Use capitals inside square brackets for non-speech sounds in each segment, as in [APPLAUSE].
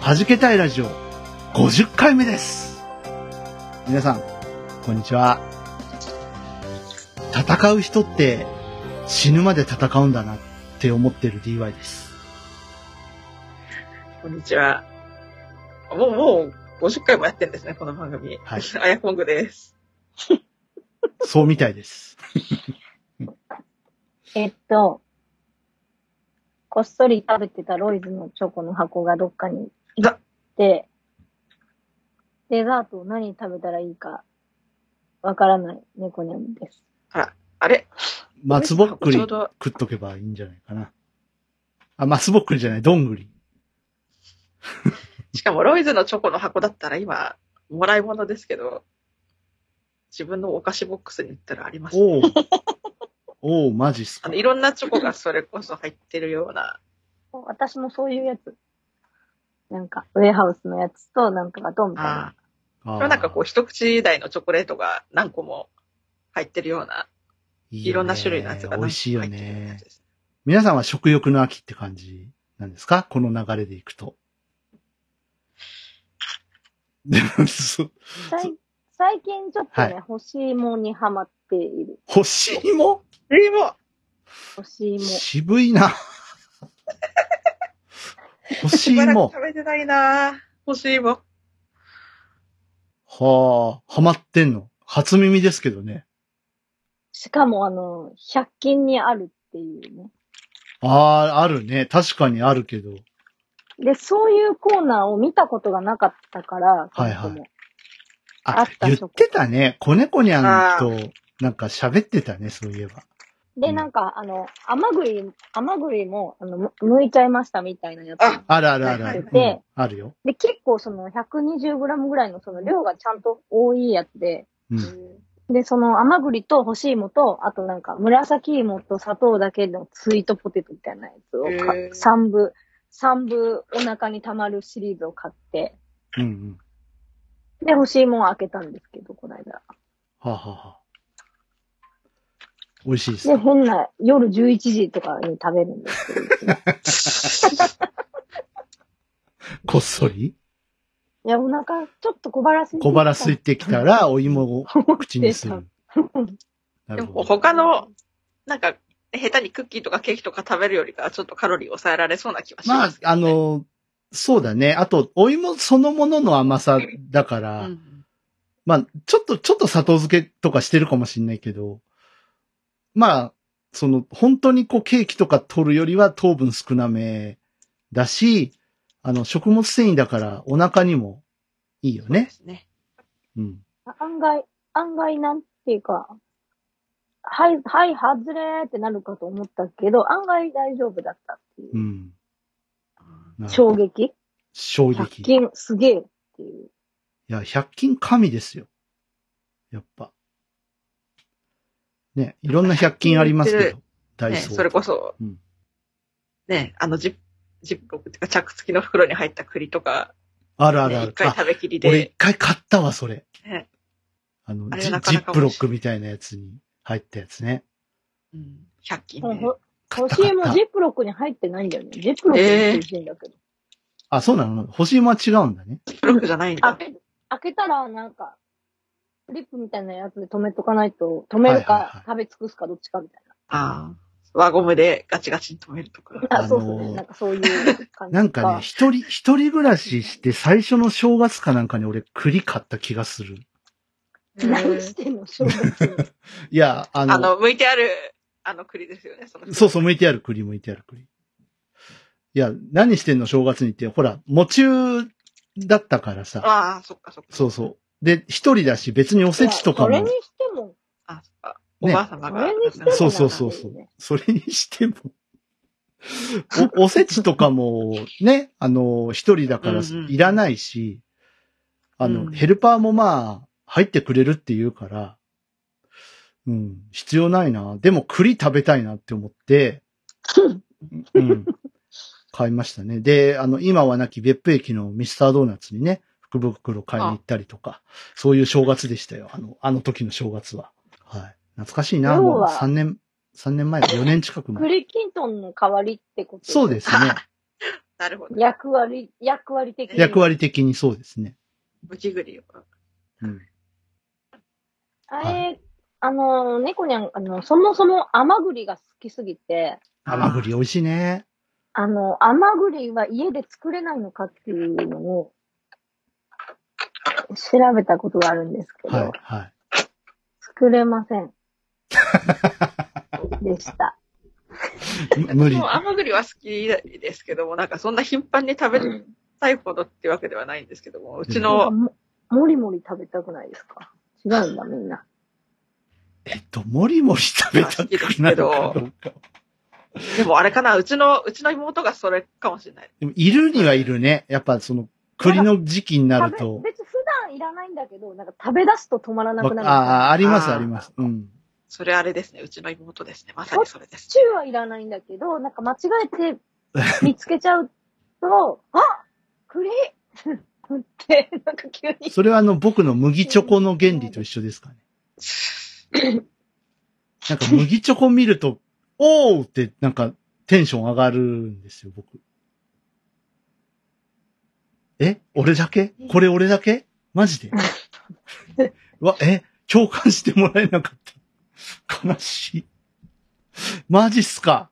はじけたいラジオ50回目です。皆さん、こんにちは。戦う人って死ぬまで戦うんだなって思ってる DY です。こんにちは。もう、もう、50回もやってんですね、この番組。はいアヤコングです。そうみたいです。えっと、こっそり食べてたロイズのチョコの箱がどっかに行って、デザートを何食べたらいいかわからない猫ニャンです。あれ松ぼっくりちょう食ど、っとけばいいんじゃないかな。あ、松ぼっくりじゃない、どんぐり。しかもロイズのチョコの箱だったら今、もらい物ですけど、自分のお菓子ボックスに行ったらあります、ね。おおおおマジっすあかの、。いろんなチョコがそれこそ入ってるような、私もそういうやつ。なんか、ウェハウスのやつとなんかがドンみたいあな。ああ、ーなんかこう一口大のチョコレートが何個も入ってるような、いいろんな種類のやつがいよね何個美も味しいよ入ってるやねつ。です皆さんは食欲の秋って感じなんですかこの流れでいくと。でもそうさい最近ちょっとね、は欲しいもんにハマっている。干し芋でも、欲しいもん。渋いな。干ししばらく芋。食べてないな欲しいもん。はあ、ハマってんの。初耳ですけどね。しかもあの、100均にあるっていうね。ああ、あるね。確かにあるけど。で、そういうコーナーを見たことがなかったから、はいはいそもそもああっ、た言ってたね。子猫にゃんあと、なんか喋ってたね、そういえば。うで、んなんか、あの、甘栗、甘栗も、あの、む剥いちゃいましたみたいなやつ。ああるあるあるあはいるは。いうんあるよ。で、結構その 120g ぐらいのその量がちゃんと多いやつで、うん。で、その甘栗と干し芋と、あとなんか紫芋と砂糖だけのスイートポテトみたいなやつを買へーう、3部、3部お腹に溜まるシリーズを買って、うんうん。で、干し芋を開けたんですけど、この間。はあ、はあはあ、美味しいですで、か変な夜11時とかに食べるんですけど、こっそりいや、お腹、ちょっと小腹すいてきた小腹空いてきたら、お芋を口にする。なでるもほこうど。他の、なんか、下手にクッキーとかケーキとか食べるよりかはちょっとカロリー抑えられそうな気はしままあす、けど、あね。の、そうだね。あと、お芋そのものの甘さだから、うんまあ、ちょっと、ちょっと砂糖漬けとかしてるかもしんないけど、まあ、その、本当にこう、ケーキとか取るよりは糖分少なめだし、あの、食物繊維だからお腹にもいいよそうでね。すね。うん。案外、案外なんていうか、はい、はい、外れーってなるかと思ったけど、案外大丈夫だったっていうう。ん。なるほど衝撃衝 ?100 撃。い均すげえっていう。や、100均神ですよ。やっぱ。ね、いろんな100均ありますけど、ダイね、ソー。それこそ、うんね、あのジップ、ジップロックっていうか、チャック付きの袋に入った栗とか、あるねあるあ一る。回あ食べきり俺一で、回買ったわ、それ。ねあのあれジ、なかジなッかプ美ロ味しいックみたいなやつに入ったやつね。うん、100均もうで。ほ買っ欲たし買いっもたジ。ップロックに入ってないんだよね。ジップロックに入ってるんだけど。あ、そうなの欲しいもは違うんだね。ジップロックじゃないんだ。開け、開けたらなんか、クリップみたいなやつで止めとかないと、止めるはいはいはかい食べ尽くすかどっちかみたいああ。輪ゴムでガチガチに止めるとか。な。ああ、そうそうあのね。ーなんかそういう感じ。なんかね、一人、一人暮らしして最初の正月かなんかに俺栗買った気がする。何してんの正月に。いや、あの、あの、向いてある、あの栗ですよね、そのそうそう、向いてある栗、向いてある栗。いや、何してんの正月にって、ほら、夢中だったからさ。ああ、そっかそっか。そうそう。で、一人だし別におせちとかそれもにしても、あそっか。おばあ様が。それにしてもそうそうそうそう。それにしても。お、 [LAUGHS] おせちとかも、ね、あの、一人だからうんうんいらないし、あの、うんヘルパーもまあ、入ってくれるって言うから、うん、必要ないな。でも栗食べたいなって思 [LAUGHS] って、うん、買いましたね。で、あの、今はなき別府駅のミスタードーナツにね、福袋買いに行ったりとか、そういう正月でしたよ。あの、あの時の正月は。はい。懐かしいな。要もうは3年、3年前、4年近く前。栗きんとんの代わりってこと。そうですすね。なるほど。役割、役割的に。役割的にそうですね。ブチグリを。うん。あれ、あの、猫にゃん、あの、そもそも甘栗が好きすぎて、甘栗美味しいね。あの、甘栗は家で作れないのかっていうのを、調べたことがあるんですけど、はい、はい。作れま [LAUGHS] せん。でした。む無理もう。甘栗は好きですけども、なんかそんな頻繁に食べたいほどってわけではないんですけども、うちなんかの、ももりもり食べたくないですか違うんだ、みんな。えっと、もりもり食べたくなるかどうか。でもあれかな、うちの、うちの妹がそれかもしれない。でも、いるにはいるね。やっぱ、その、栗の時期になる食と。べ別に普段いらないんだけど、なんか食べ出すと止まらなくなる。ああー、あります、あーあります。うん。それあれですね、うちの妹ですね。まさにそれですシ。チューはいらないんだけど、なんか間違えて見つけちゃうと、 [LAUGHS] あ栗って、なんか急に。 [LAUGHS] それはあの、僕の麦チョコの原理と一緒ですかね。なんか麦チョコ見ると、おーって、なんか、テンション上がるんですよ、僕。え俺だけこれ俺だけマジでうわ、え共感してもらえなかった。悲しい。マジっすか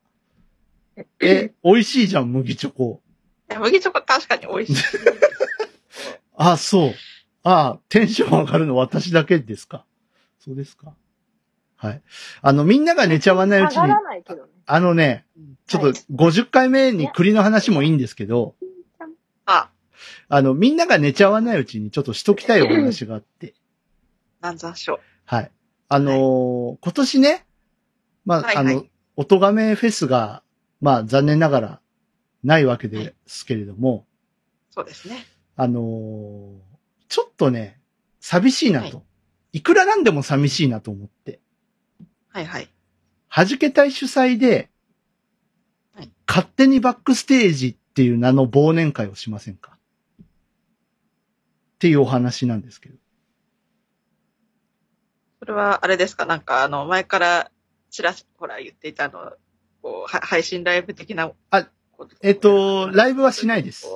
え、美味しいじゃん、麦チョコ。いや麦チョコ確かに美味しい。あ、そう。あ、テンション上がるの私だけですか。そうですか。はい。あの、みんなが寝ちゃわないう上ちにが、らないけどね。あのね、ちょっとはい50回目に栗の話もいいんですけど、あ、あの、みんなが寝ちゃわないうちにちょっとしときたいお話があって、南山椒。はい。あのー今年ね、まあ、はいあはのい、。音亀フェスが、まあ、残念ながらないわけですけれども、そうですね。あのーちょっとね、寂しいなと。、はいくらなんでも寂しいなと思って。はいはい。弾けたい主催で、はい勝手にバックステージっていう名の忘年会をしませんかっていうお話なんですけど。それは、あれですか、なんか、あの、前から、ちらし、ほら、言っていた、あの、こう、は配信ライブ的な。あこと、えっとライブはしないです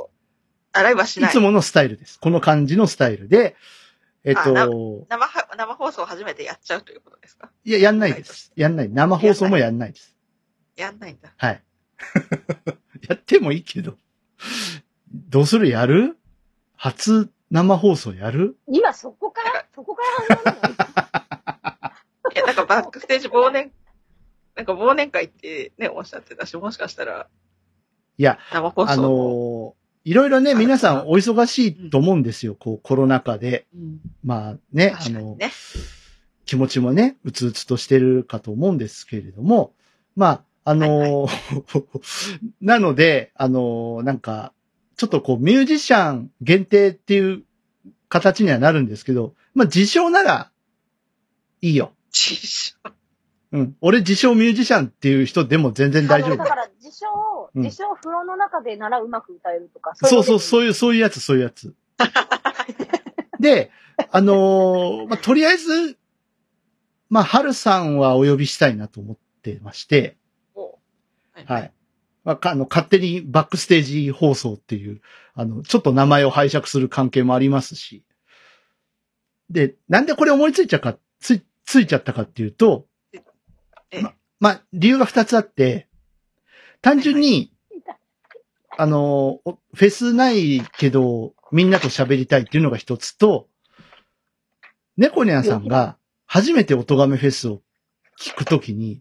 あ、ライブはしいない。つものスタイルです。この感じのスタイルで、えっあなと、生は、生放送を初めてやっちゃうということですかいや、やんないです。やんない。生放送もやんないです。やんないんだ。はい。 [LAUGHS] やってもいいけど。どうするやる初生放送やる今そこからそこから始まるのいや、なんかバックステージ忘年、なんか忘年会ってね、おっしゃってたし、もしかしたら、いや、生放送あも。のーいろいろね、あの皆さんお忙しいと思うんですよ。こう、コロナ禍で。うんまあね、あ確かのに、ね。気持ちもね、うつうつとしてるかと思うんですけれども、まあ、あのー [LAUGHS] なので、あのーなんか、ちょっとこう、ミュージシャン限定っていう形にはなるんですけど、まあ、自称なら、いいよ。自称うん。俺自称ミュージシャンっていう人でも全然 [LAUGHS] 大丈あの夫だ。から、自称、うん自称風呂の中でならうまく歌えるとか。そうそう、そういういう、そういうやつ、そういうやつ。で、あのーまあ、とりあえず、まあ、春さんはお呼びしたいなと思ってまして、をは。はいい。まあ、かあの、勝手にバックステージ放送っていう、あの、ちょっと名前を拝借する関係もありますし。で、なんでこれ思いついちゃか、つい、ついちゃったかっていうとえ、ま、まあ、理由が二つあって、単純に、あの、おフェスないけど、みんなと喋りたいっていうのが一つと、猫ニャンさんが初めて音亀フェスを聞くときに、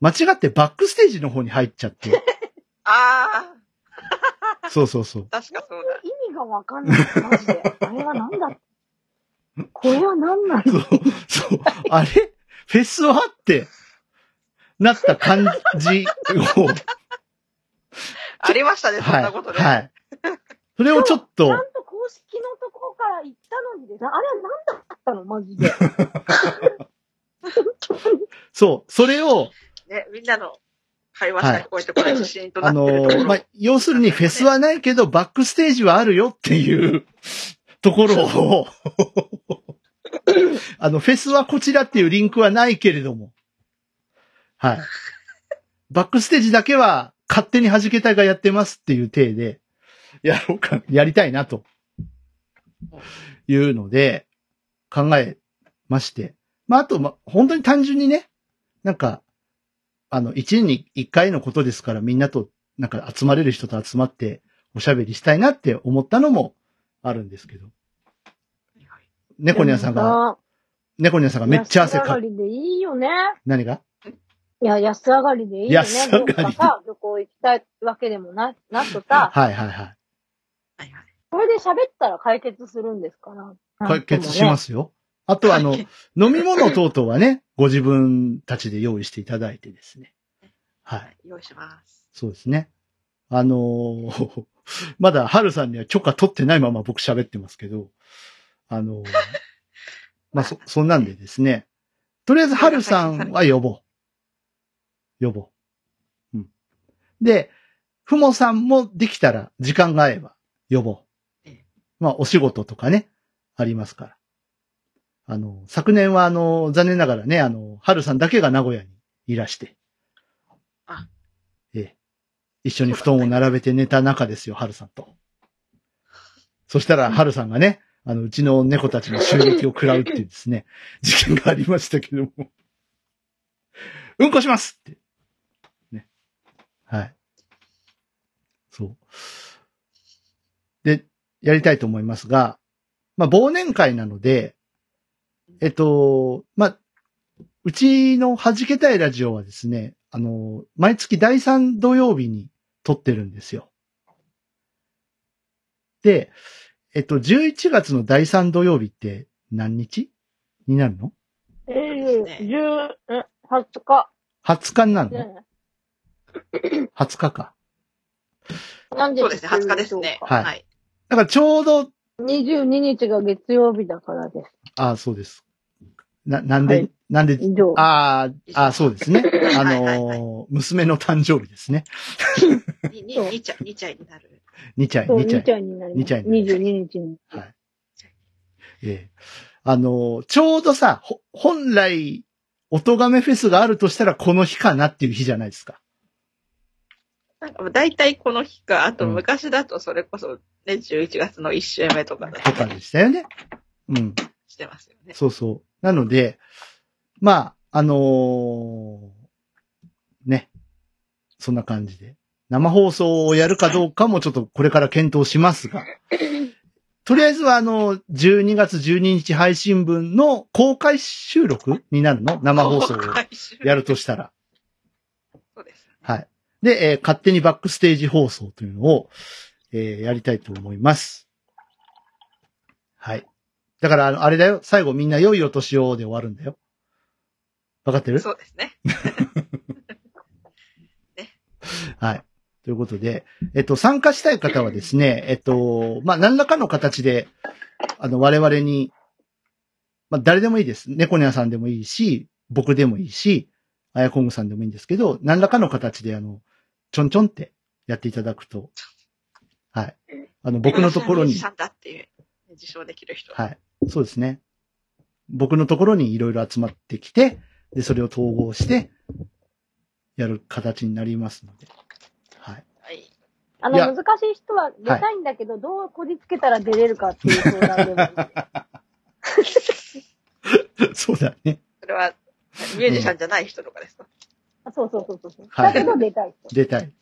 間違ってバックステージの方に入っちゃって、 [LAUGHS] ああ、そうそうそう。確かそうだ。意味がわかんない。マジで。あれは何だこれは何なのそう、そう。あれフェスはって、なった感じ [LAUGHS] を、ありましたね、そんはなことい。ね。はい。それをちょっとちゃ、んと公式のところから行ったのにでなあれは何だったのマジで。本当にそう、それを、ね、みんなの会話したはいこうやってこれ自信となあってるのところ。ーまあ、要するにフェスはないけど、バックステージはあるよっていうところを、あの、フェスはこちらっていうリンクはないけれども、はい。バックステージだけは勝手に弾けたがやってますっていう体で、やろうか、やりたいなと、いうので、考えまして。まあ、あと、ま、本当に単純にね、なんか、あの、一年に一回のことですからみんなと、なんか集まれる人と集まっておしゃべりしたいなって思ったのもあるんですけど。猫ニャンさんが、猫ニャンさんがめっちゃ汗安上かが、りでいいよね。何がいや、安上がりでいいよね。安上がりどっかさ、旅行行きたいわけでもな、 [LAUGHS] なくさ、はいはいはい。はいはいこれで喋ったら解決するんですから。。解決しますすよ。あとはあの、はい飲み物等々はね、ご自分たちで用意していただいてですね。はい。用意します。そうですね。あのー [LAUGHS] まだ春さんには許可取ってないまま僕喋ってますけど、あの [LAUGHS] ーまあ、そ、そんなんでですね。とりあえず春さんは呼ぼう。呼ぼう。うん。で、ふもさんもできたら時間が合えば呼ぼうええ。まあ、お仕事とかね、ありますから。あの、昨年はあの、残念ながらね、あの、春さんだけが名古屋にいらして。あええ。一緒に布団を並べて寝た中ですよ、春さんと。そしたら、春さんがね、あの、うちの猫たちの襲撃を食らうっていうですね、 [LAUGHS] 事件がありましたけども。うんこしますって。ね。はい。そう。で、やりたいと思いますが、まあ、忘年会なので、えっと、まあ、うちの弾けたいラジオはですね、あの、毎月第3土曜日に撮ってるんですよ。で、えっと、11月の第3土曜日って何日になるのえそうですねー、十、え、20日。 ?20 日になるのね ?20 日か。何時そうですね、20日ですね。はいはい。だからちょうど、 22日が月曜日だからです。ああ、そうです。な、なんで、はいなんで、以上。ああ、ああ、そうですね。あのーはいはい娘の誕生日ですね。に、に、にちゃ、にちゃいになる。 2ちゃい、そう、 2ちゃ2いち。ゃんになります。二ちゃんにな22日に。はい。ええあの、ちょうどさ、ほ本来、おとがめフェスがあるとしたらこの日かなっていう日じゃないですか。なんか大体この日か、あとうん昔だとそれこそね、11月の1週目とかだとったかりでしたよね。うん。してますよね。そうそう。なので、まあ、あのーね。そんな感じで。生放送をやるかどうかもちょっとこれから検討しますが。とりあえずはあの、12月12日配信分の公開収録になるの生放送を公開収録やるとしたら。そうです。はい。で、えー勝手にバックステージ放送というのを、えーやりたいと思います。はい。だから、あの、あれだよ。最後みんな良いお年をで終わるんだよ。わかってるそうですね。はい。ということで、えっと、参加したい方はですね、えっと、まあ、何らかの形で、あの、我々に、まあ、誰でもいいです。猫ニャンさんでもいいし、僕でもいいし、あやこんぐさんでもいいんですけど、何らかの形で、あの、ちょんちょんってやっていただくと、はい。あの、僕のところミにュージシ、ャンだっていう、自称できる人。はい。そうですね。僕のところにいろいろ集まってきて、で、それを統合して、やる形になりますので、はい。はい。あいの、や難しい人は出たいんだけど、どうこじつけたら出れるかっていう相談 [LAUGHS] でも。そうだね。それは、ミュージシャンじゃない人とかですか、あそうそうそうそうそう。はいだけど出たい人。出たい。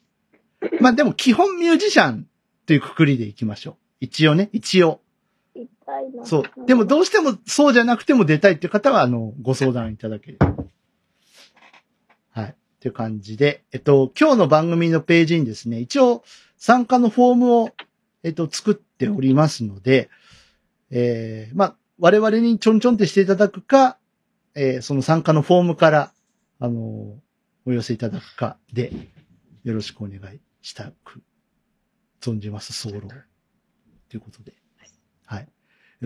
まあでも基本ミュージシャンっていうくくりでいきましょう。一応ね、一応。出たいな。そう。でもどうしてもそうじゃなくても出たいっていう方は、あの、ご相談いただければ。はい。っていう感じで、えっと、今日の番組のページにですね、一応参加のフォームを、えっと、作っておりますので、えー、まあ、我々にちょんちょんってしていただくか、えーその参加のフォームから、あのーお寄せいただくかで、よろしくお願いしたく、存じます、ソーロー。ということで。はい。よ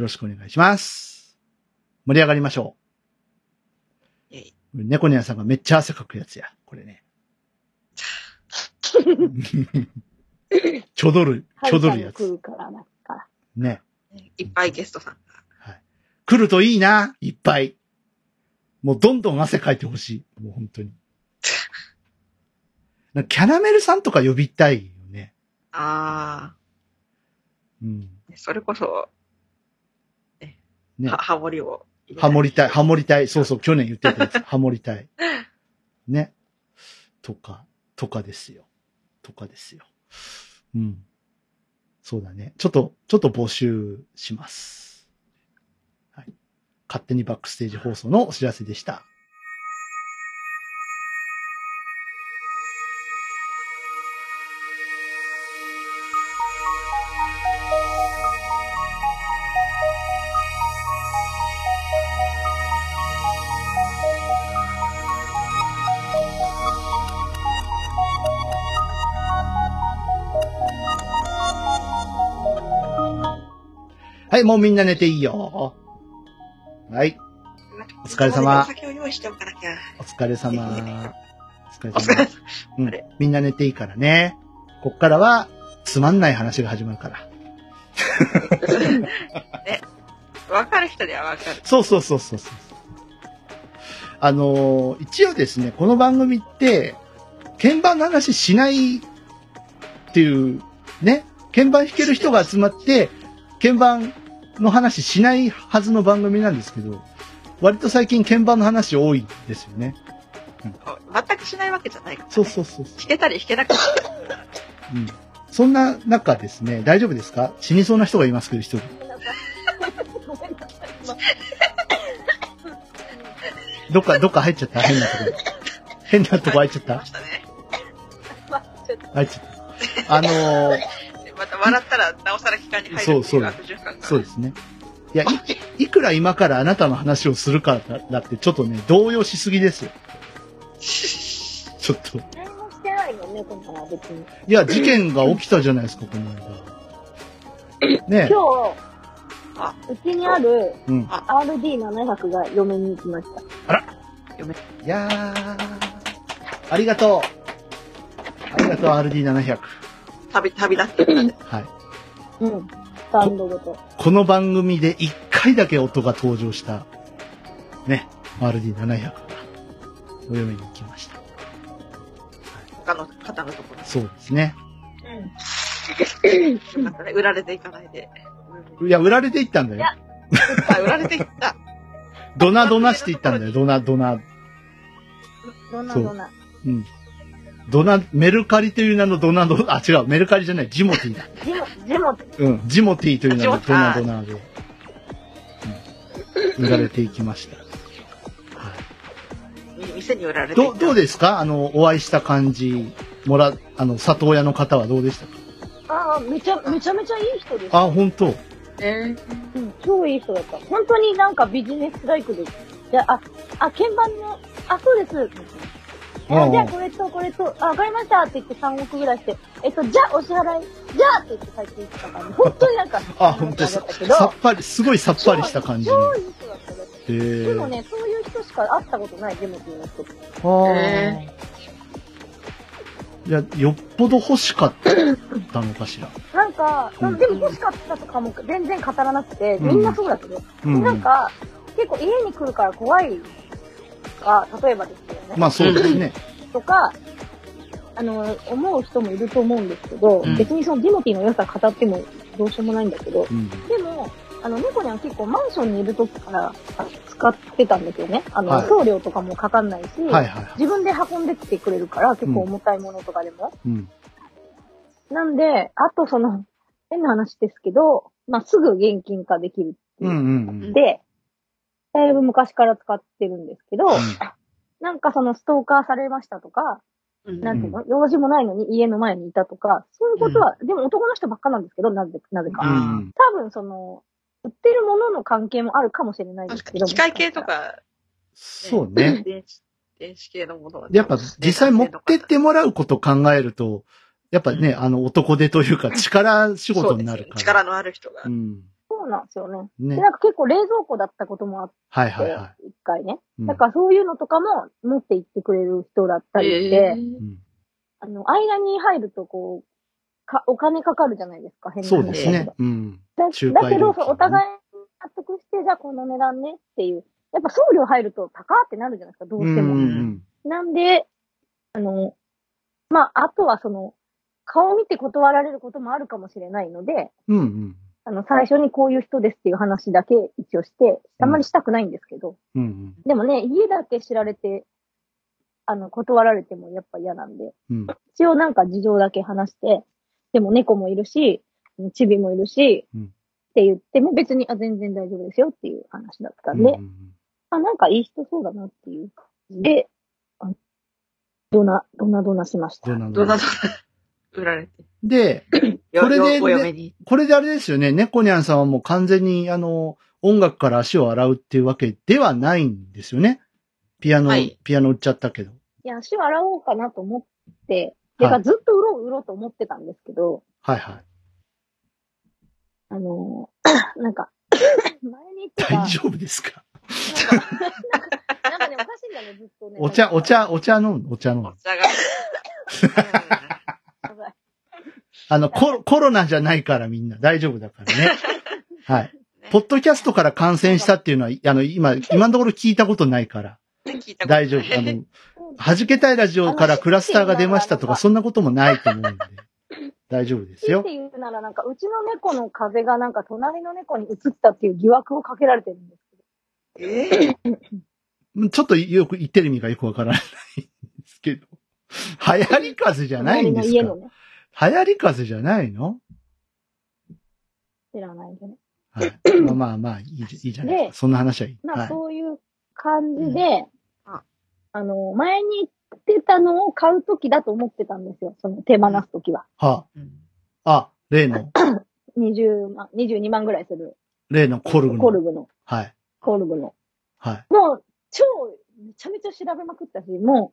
ろしくお願いします。盛り上がりましょうイェイ。猫ニャンさんがめっちゃ汗かくやつや。これね。 [LAUGHS] ちょどる、ちょどるや来つ。るからだから。ね。いっぱいゲストさんが。来るといいな、いっぱい。もうどんどん汗かいてほしい。もう本当に。なんかキャラメルさんとか呼びたいよね。あうん。あ、それこそ、ね、ねはハモリを。ハモりたい、ハモりたい。そうそう、去年言ってたやつ。ハモりたい。ね。とか、とかですよ。とかですよ。うん。そうだね。ちょっと、ちょっと募集します。はい。勝手にバックステージ放送のお知らせでした。はい、もうみんな寝ていいよ。はい。お疲れ様お酒を用意しておかなきゃ。お疲れ様。お疲れお疲れ様。様。うんあれ。みんな寝ていいからね。こっからは、つまんない話が始まるから。わかる人にはわかる。そうそうそうそうそう。あのー一応ですね、この番組って、鍵盤の話しないっていう、ね、鍵盤弾ける人が集まって、鍵盤の話しないはずの番組なんですけど、割と最近鍵盤の話多いですよね。全くしないわけじゃないから、ね。そうそうそうそう。弾けたり弾けなかったり。うんそんな中ですね、大丈夫ですか死にそうな人がいますけど、一人。どっか、どっか入っちゃった変なところ。変なとこ入っちゃったはいましたね。入っちゃった。あのー、でまた笑ったら、なおさら期間に入るっていう悪循環が。そうですね。いや、い、いくら今からあなたの話をするからだって、ちょっとね、動揺しすぎですよ。ちょっと。何もしてないよね、このは別に。いや、事件が起きたじゃないですか、この間。ねえ今あ日、うちにあるうん。 RD700 が嫁に行きました。いやー、ありがとう。ありがとう、RD700。旅、旅立っていったんです。はい。うん。スタンドごと。この番組で1回だけ音が登場した、ね、RD700 が、お嫁に行きました。他の方のところそうですね。に。よかったね。売られていかないで。いや、売られていったんだよ。あ、売られていった。ドナドナしていったんだよ、ドナドナ。どんなそうどんな。うん。ドナ、メルカリという名のドナドナ、あ、違う、メルカリじゃない、ジモティだ。ジモ、ジモってうん、ジモティという名のあドジモナあドーナで、うん、売られていきました。はいみ店に売られていどった。どうですかあの、お会いした感じ、もら、あの、里親の方はどうでしたかああ、めちゃ、めちゃめちゃいい人です。あ、本当、えーうん、超いい人だった。本当になんかビジネスライクで。じゃあ、あ、鍵盤の、あ、そうです。あじゃあこれとこれと、あ、わかりましたって言って3億ぐらいして、えっと、じゃあお支払い、じゃあって言って帰っていったから、本当になんかあ、本当ださったけど、さっぱり、すごいさっぱりした感じの。超いい人だったよ。へでもーね、そういう人しか会ったことない、ジモティーの人。あーいや、よっぽど欲しかったのかしら。なんか、うんでも欲しかったとかも全然語らなくて、うんみんなそうだけど、うん。なんか、結構家に来るから怖いが、例えばですけどね、まあそうですね。とか、あの、思う人もいると思うんですけど、うん別にそのジモティーの良さ語ってもどうしようもないんだけど、うん。でも、あの、猫には結構マンションにいる時から使ってたんですよね。あの、はい送料とかもかかんないし、はいはいはい。自分で運んできてくれるから、結構重たいものとかでも。うん。なんで、あとその、 [LAUGHS] 変な話ですけど、まあ、すぐ現金化できるうんうんうん。で、だいぶ昔から使ってるんですけど、うん [LAUGHS] なんかそのストーカーされましたとか、うんなんていうの、用事もないのに家の前にいたとか、そういうことは、でも男の人ばっかなんですけど、なぜ、なぜか。うん多分その、売ってるものの関係もあるかもしれないで確すかけにど。機械系とか、そうね。電子、電子系のものは、でやっぱ実際持ってってもらうことを考えると、やっぱね、うあの男手というか力仕事になるそうかですら。ね力のある人がう。ん。そうなんですよね。で、ねな。んか結構冷蔵庫だったこともあっはいて、はいは一回ね。い。うんだからそういうのとかも持って行ってくれる人だったりして、えうんあの、間に入るとこう、か、お金かかるじゃないですか、変なそう話ですね。うん。だ仲介だけ料ど、金ねそうお互い納得して、じゃあこの値段ねっていう。やっぱ送料入ると高ってなるじゃないですか、どううしても。ん。なんで、あの、まあ、あとはその、顔見て断られることもあるかもしれないので、うんうん。あの、最初にこういう人ですっていう話だけ一応して、あんまりしたくないんですけど、うんうん。でもね、家だけ知られて、あの、断られてもやっぱ嫌なんで、うん。一応なんか事情だけ話して、でも猫もいるし、チビもいるし、うんって言っても別に、あ、全然大丈夫ですよっていう話だったんで、うんうんあ、なんかいい人そうだなっていう感じで、あドナ、ドナドナしました。どうなんーだどろなうど売られて。で、よこれでよお嫁 [LAUGHS] に。これであれですよね、猫ニャンさんはもう完全にあの、音楽から足を洗うっていうわけではないんですよね。ピアノ、はいピアノ売っちゃったけど。いや、足を洗おうかなと思って、てはかいずっと売ろう売ろうと思ってたんですけど、はいはい。あの [COUGHS] ーなんか、前に言ってた、大丈夫ですかなんかね、おかしいんだね、ずっとね。お茶、お。茶、お茶飲む、お茶飲むお。茶が。やばいあの、コロ、コロナじゃないからみんな大丈夫だからね。はい。ポッドキャストから感染したっていうのは、あの、今、今のところ聞いたことないから、聞いたことない大丈夫。あの、弾けたいラジオからクラスターが出ましたとか、そんなこともないと思うんで、大丈夫です強いよて。言うならなんか、うちの猫の風がなんか隣の猫に移ったっていう疑惑をかけられてるんですけえど。ーちょっとよく言ってる意味がよくわからないんですけど。流行り風じゃないんです隣のか家のね、流行り風じゃないの知らないけどね。はい。まあまあまあ、いいじいいじゃないですか。そんな話はいい。まはあい。そういう感じで、ああの、前に言ってたのを買うときだと思ってたんですよ。その手放すときは。はうんあ、あ、例の、 20万、22万ぐらいする。例のコルグコルの。グの。はい。コルグの。はい。もう、超、めちゃめちゃ調べまくったし、も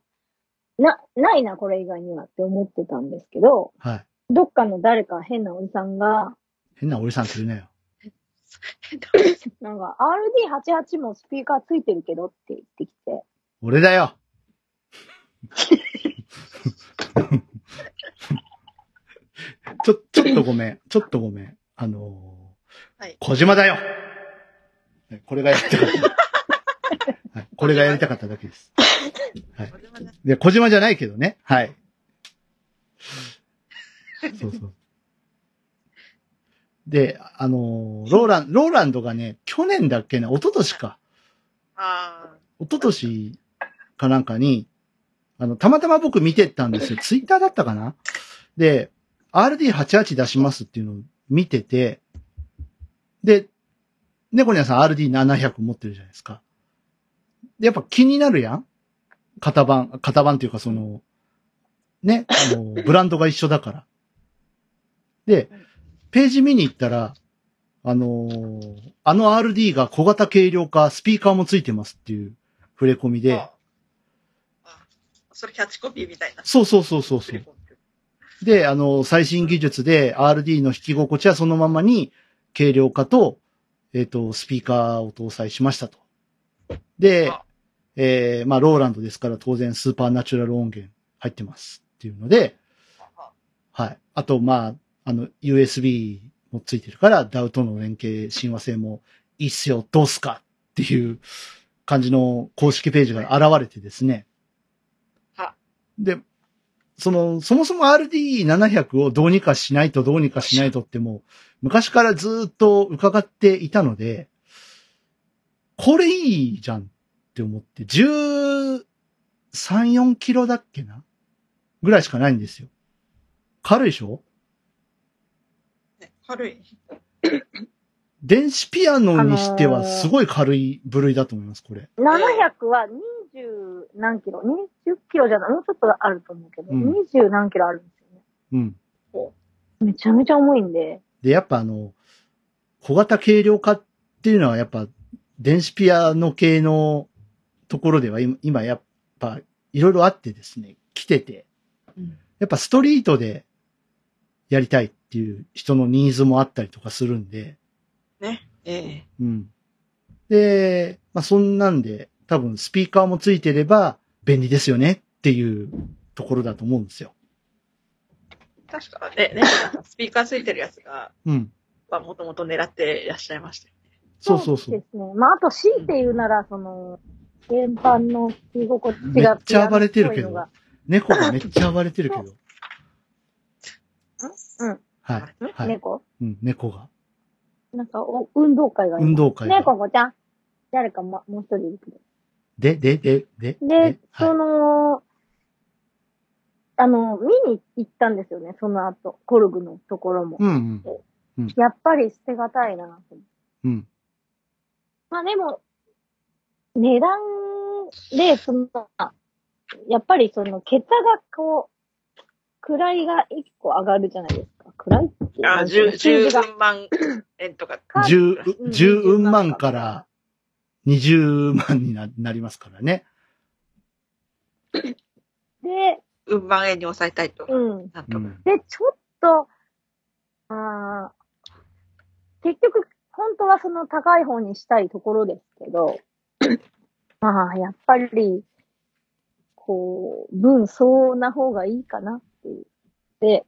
う、な、ないな、これ以外にはって思ってたんですけど、はい。どっかの誰か変なおじさんが、変なおじさんするなよ。なんか、RD88 もスピーカーついてるけどって言ってきて、俺だよ。 [LAUGHS] ちょ、ちょっとごめん。ちょっとごめん。あのーはい小島だよこれがやりた [LAUGHS] かった。はい、これがやりたかっただけです。これはねいや、小島じゃないけどね。はい。そうそう。で、あのーローラン、ローランドがね、去年だっけな、一昨年か。あ一昨年かなんかに、あの、たまたま僕見てったんですよ。ツイッターだったかなで、RD88 出しますっていうのを見てて、で、猫ニャンさん RD700 持ってるじゃないですか。で、やっぱ気になるやん型番、型番っていうかその、ね、あの、ブランドが一緒だから。で、ページ見に行ったら、あのーあの RD が小型軽量化、スピーカーもついてますっていう触れ込みーで、ああそれキャッチコピーみたいな。そうそうそうそうそう。で、あの、最新技術で RD の弾き心地はそのままに軽量化と、えっ、と、スピーカーを搭載しましたと。であ、えー、まあ、ローランドですから当然スーパーナチュラル音源入ってますっていうので、はい。あと、まあ、あの、USB もついてるから、DAW との連携、親和性もいいっすよ、どうすかっていう感じの公式ページが現れてですね。はで、その、そもそも RD700 をどうにかしないとどうにかしないとってもう、昔からずーっと伺っていたので、これいいじゃんって思って、13、4キロだっけなぐらいしかないんですよ。軽いでしょね軽い。電子ピアノにしてはすごい軽い部類だと思います、これ。 700は20何キロ ?20 キロじゃないもうちょっとあると思うけど、うん20何キロあるんですよね。うん。めちゃめちゃ重いんで、で、やっぱあの、小型軽量化っていうのはやっぱ電子ピアノ系のところでは今今やっぱいろいろあってですね、来てて、うんやっぱストリートでやりたいっていう人のニーズもあったりとかするんで、ね。えうん。で、まあそんなんで多分スピーカーもついてれば便利ですよねっていうところだと思うんですよ。え確かね、ね、スピーカーついてるやつが、うん。まあ、もともと狙っていらっしゃいましたよね。そうそうそう。ですね。まあ、あと、強いて言うなら、その、原版の聴き心地が。めっちゃ暴れてるけどピアノっ猫がめっちゃ暴れてるけど。ぽいのがはい。うはん。い。猫うん、猫が。なんかお、運動会が運動会が猫子ちゃん。誰かも、もう一人いるけど。で、で、で、で、で、はいその、あの、見に行ったんですよね、その後。コルグのところも。うんうん。やっぱり捨てがたいなと思って。うん。まあでも、値段で、その、やっぱりその、桁がこう、位が一個上がるじゃないですか。位っていうあ、なんていう10の数字が。 10万円とか。か [LAUGHS] 十う、ん十運万から二十万にななりますからね。で、うん万円に抑えたいと。うん。なんうとか。ん。で、ちょっと、あー結局、本当はその高い方にしたいところです [COUGHS] けど、まあ、やっぱり、こう、分相応な方がいいかなっていう。で、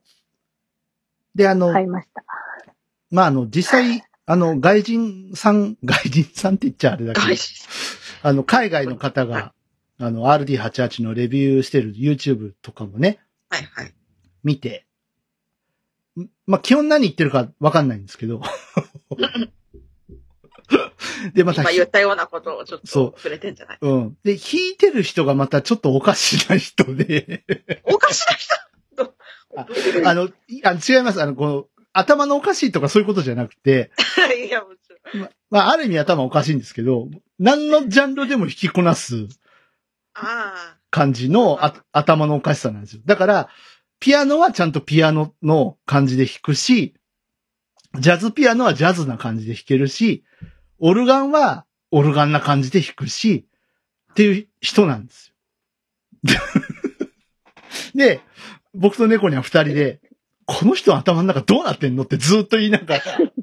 で、あの、買いました。まあ、あの、実際、あの、外人さん、外人さんって言っちゃあれだけど外、資あの、海外の方が、あの、RD88 のレビューしてる YouTube とかもね、はいはい。見て、んまあ、基本何言ってるかわかんないんですけど。で、また今、言ったようなことをちょっそと触れてんじゃないうん。で、弾いてる人がまたちょっとおかしな人で、おかしな人 [LAUGHS] どああの、いあの違います。あの、この、頭のおかしいとかそういうことじゃなくて、いや、もちろん。まあ、ある意味頭おかしいんですけど、何のジャンルでも弾きこなすああ、感じのあ頭のおかしさなんですよ。だから、ピアノはちゃんとピアノの感じで弾くし、ジャズピアノはジャズな感じで弾けるし、オルガンはオルガンな感じで弾くし、っていう人なんですよ。 [LAUGHS] で、僕と猫には二人で、この人の頭の中どうなってんのってずっと言いながら、い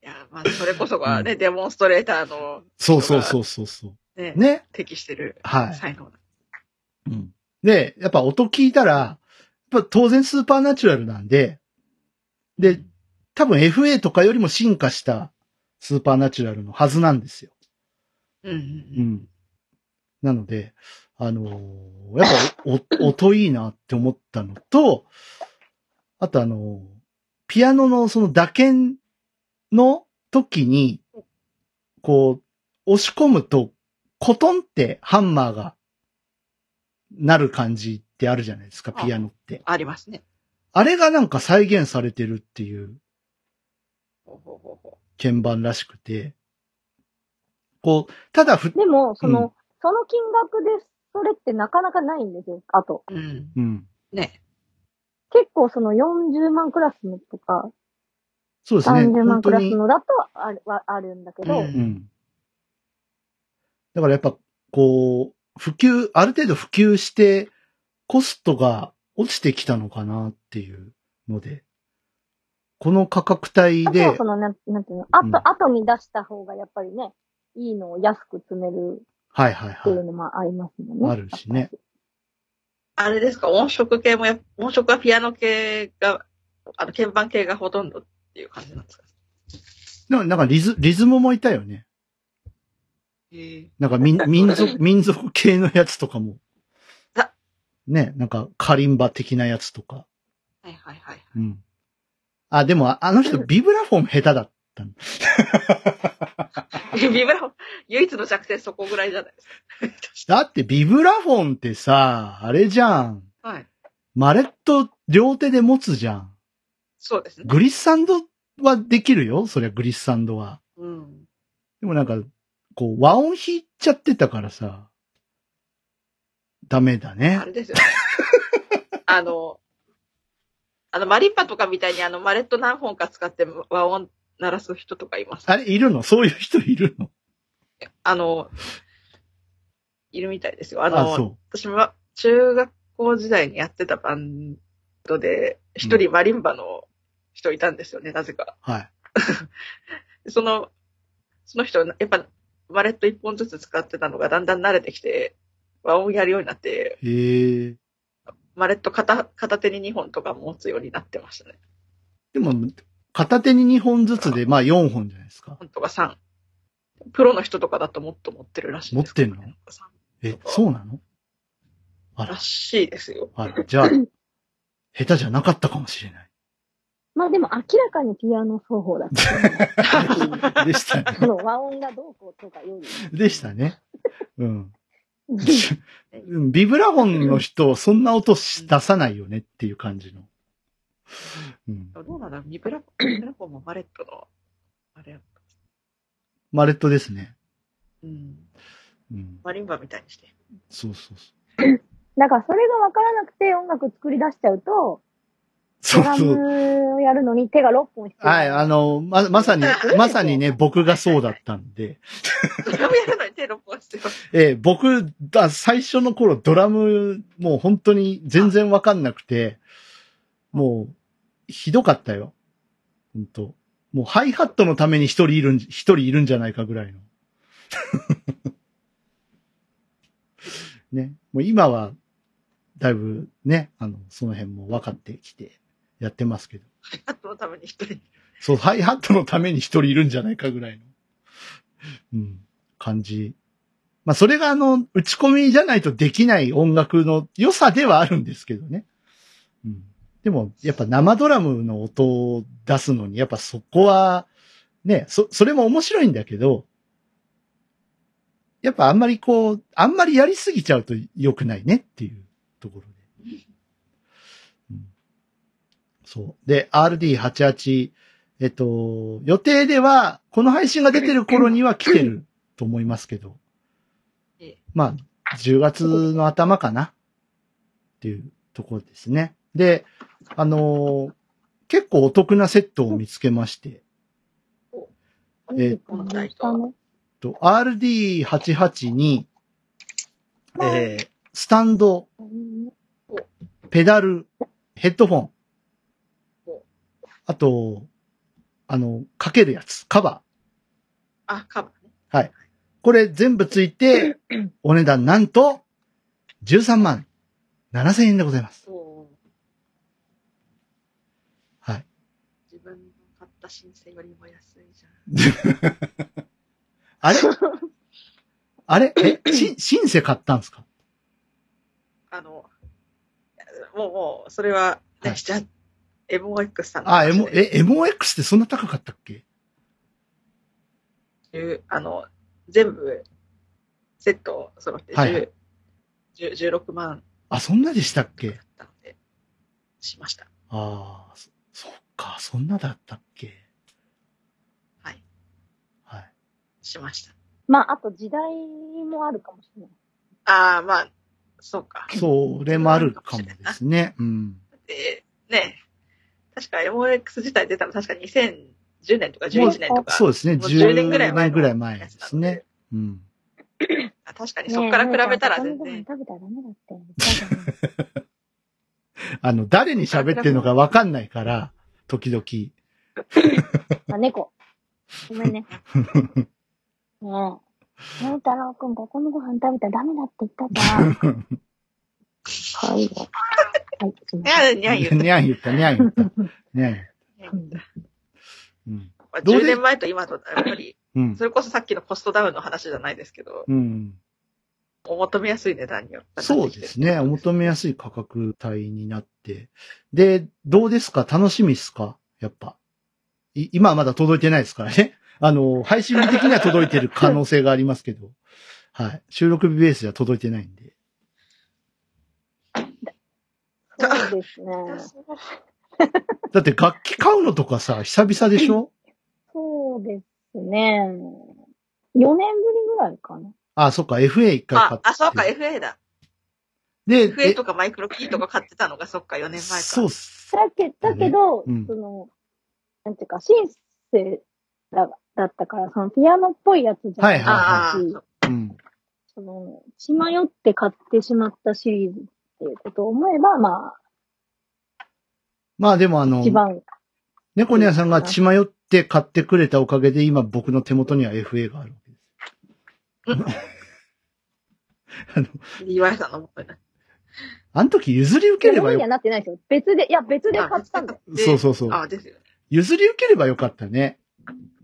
や、まあ、それこそがね、デモンストレーターの、 [LAUGHS] そうそうそうそうそねう。、ね。適してるはい。才能だ。うんで、やっぱ音聞いたら、やっぱ当然スーパーナチュラルなんで、で、多分 FA とかよりも進化したスーパーナチュラルのはずなんですよ。うんうんううん。ん。なので、あのーやっぱおお音いいなって思ったのと、あとあのーピアノのその打鍵の時に、こう、押し込むと、コトンってハンマーが、なる感じってあるじゃないですか、ピアノって。ありますね。あれがなんか再現されてるっていうほうほうほうほ鍵盤らしくて、こう、ただふ、でも、その、うその金額で、それってなかなかないんですよ、あと。う。うん。うん。ね。結構その40万クラスのとか、そうですね。 30万本当クラスにのだとあるはあるんだけど、うんうん。だからやっぱ、こう、普及、ある程度普及して、コストが落ちてきたのかなっていうので、この価格帯あとでは、その、なんなんていうの、あと、うん後に出した方がやっぱりね、いいのを安く詰めるはいはいっていはうのもありますもんね。あるしね。あれですか、音色系もや、音色はピアノ系が、あの、鍵盤系がほとんどっていう感じなんですかい。でもなんかリズ、リズムもいたよね。えなんか [LAUGHS] 民民族、民族系のやつとかもあ。ね、なんかカリンバ的なやつとか。えはいはいはい。うん。あ、でもああの人ビブラフォン下手だったんだ。ビブラフォン、唯一の弱点そこぐらいじゃないですだってビブラフォンってさ、あれじゃん。か。はい。マレット両手で持つじゃん。そうですね。グリッサンドはできるよ。そりゃグリッサンドは。うん。でもなんか、こう、和音弾いちゃってたからさ、ダメだねあ。れですよ、ね。 [LAUGHS] あの、あの、マリンパとかみたいにあの、マレット何本か使って和音鳴らす人とかいます。あれ、いるのそういう人いるのあの、いるみたいですよ。ああ、の、そ私も中学校時代にやってたバンドで、一人マリンバの人いたんですよね、なぜか。う。はい。その、その人、やっぱ、バレット一本ずつ使ってたのがだんだん慣れてきて、和音やるようになって、へえ。マレット片片手に2本とか持つようになってましたね。でも、片手に2本ずつで、まあ4本じゃないですか。本とか3。プロの人とかだともっと持ってるらしいですけどね、持ってんの三え、そうなのあらら、しいで [LAUGHS] すよ。あら、じ [LAUGHS] ゃあ、下手じゃなかったかもしれない。まあでも明らかにピアノ奏法 [LAUGHS] だったよね。でしたね。その和音がどうこうとかより。でしたね。うん。 [LAUGHS] ビブラフォンの人、そんな音し出さないよねっていう感じの。うん。どうなんだろうミブラコ、ミブラコもマレットの、あれやっぱ、マレットですね。うん。うん。マリンバみたいにして。そうそうそう。だからそれが分からなくて音楽作り出しちゃうと、そドうラそう。ムをやるのに手が6本必要。はい、あの、ま、まさに、まさにね、僕がそうだったんで、ドラムやるのに手録音してます。えー僕、だ最初の頃ドラム、もう本当に全然わかんなくて、もう、ひどかったよ。本当もうハイハットのために一人いるん、一人いるんじゃないかぐらいの。 [LAUGHS] ね。もう今は、だいぶね、あの、その辺も分かってきてやってますけど。カットのために一人。そう、ハイハットのために一人いるんじゃないかぐらいの、うん、感じ。まあ、それがあの、打ち込みじゃないとできない音楽の良さではあるんですけどね。うん。でも、やっぱ生ドラムの音を出すのに、やっぱそこは、ね、そ、それも面白いんだけど、やっぱあんまりこう、あんまりやりすぎちゃうと良くないねっていうところで。うん、そう。で、RD88 えっと、予定では、この配信が出てる頃には来てると思いますけどええ、まあ、10月の頭かなっていうところですね。で、あのー結構お得なセットを見つけまして、えっとと RD88 に、えースタンド、ペダル、ヘッドフォンお、あと、あの、かけるやつ、カバー。あ、カバーね。これ全部ついて、お値段なんと、13万7千円でございます。そう。はい。自分の買った新鮮よりも安いじゃん。 [LAUGHS] あれあれえ、し、シンセ買ったんですかあの、もうもう、それは、ね、はいじゃ、MOX さんのあ、話 M、で、え、MOX ってそんな高かったっけ10あの、全部、セット揃って10、はいはい10 16万あ、そんなでしたっだっけたので、しました。ああ、そそっか、そんなだったっけはい。はい。しました。まあ、あと時代もあるかもしれない。ああ、まあ、そうか。それもあるかもですね。うん。で、ね、確か MOX 自体出たの確か2010年とか11年とか。そうですね。もう10年ぐらい前年のぐらい前でやつなすのでね。。うん。あ確かにそっから比べたら全然。食べたらダメだって。言ったじゃんあの、誰に喋ってるのかわかんないから、時々。あ、猫。ごめんね。ねえ。の太郎くん、ここのご飯食べたらダメだって言ったじゃん。はい。はい、すいまいや、にゃん言 [LAUGHS] ってにゃん言った、にゃん言 [LAUGHS] った。にゃん言った。せん。うん。まあどうで10年前と今と、やっぱり、うんそ。れこそさっきのコストダウンの話じゃないですけど、うん。お求めやすい値段によってそうですね。お求めやすい価格帯になって。で、どうですか楽しみっすかやっぱ。い今はまだ届いてないですからね。 [LAUGHS] あの、配信日的には届いてる可能性がありますけど。はい。収録日ベースでは届いてないんで。そうですね。だって楽器買うのとかさ、久々でしょそうですね。4年ぶりぐらいかな。あそっか。FA 一回買っあて。、あ、そうか、FA だ。で、 FA とかマイクロキーとか買ってたのが、そっか、4え年前か。そうっす。だけだけど、うんその、なんていうか、シンセだだったから、そのピアノっぽいやつじゃなはいはいかあし、あ、うん。その、血迷って買ってしまったシリーズっていうことを思えば、ままあでもああ、の一、番、猫ニャンさんが血迷って買ってくれたおかげで今僕の手元には FA があるわけです。あの、 DY さんのもとになってあの時譲り受ければ物よにはなってないですよ。別で、いや、別で買ったんだよ。でそうそうそうあ、ですよね。譲り受ければよかったね。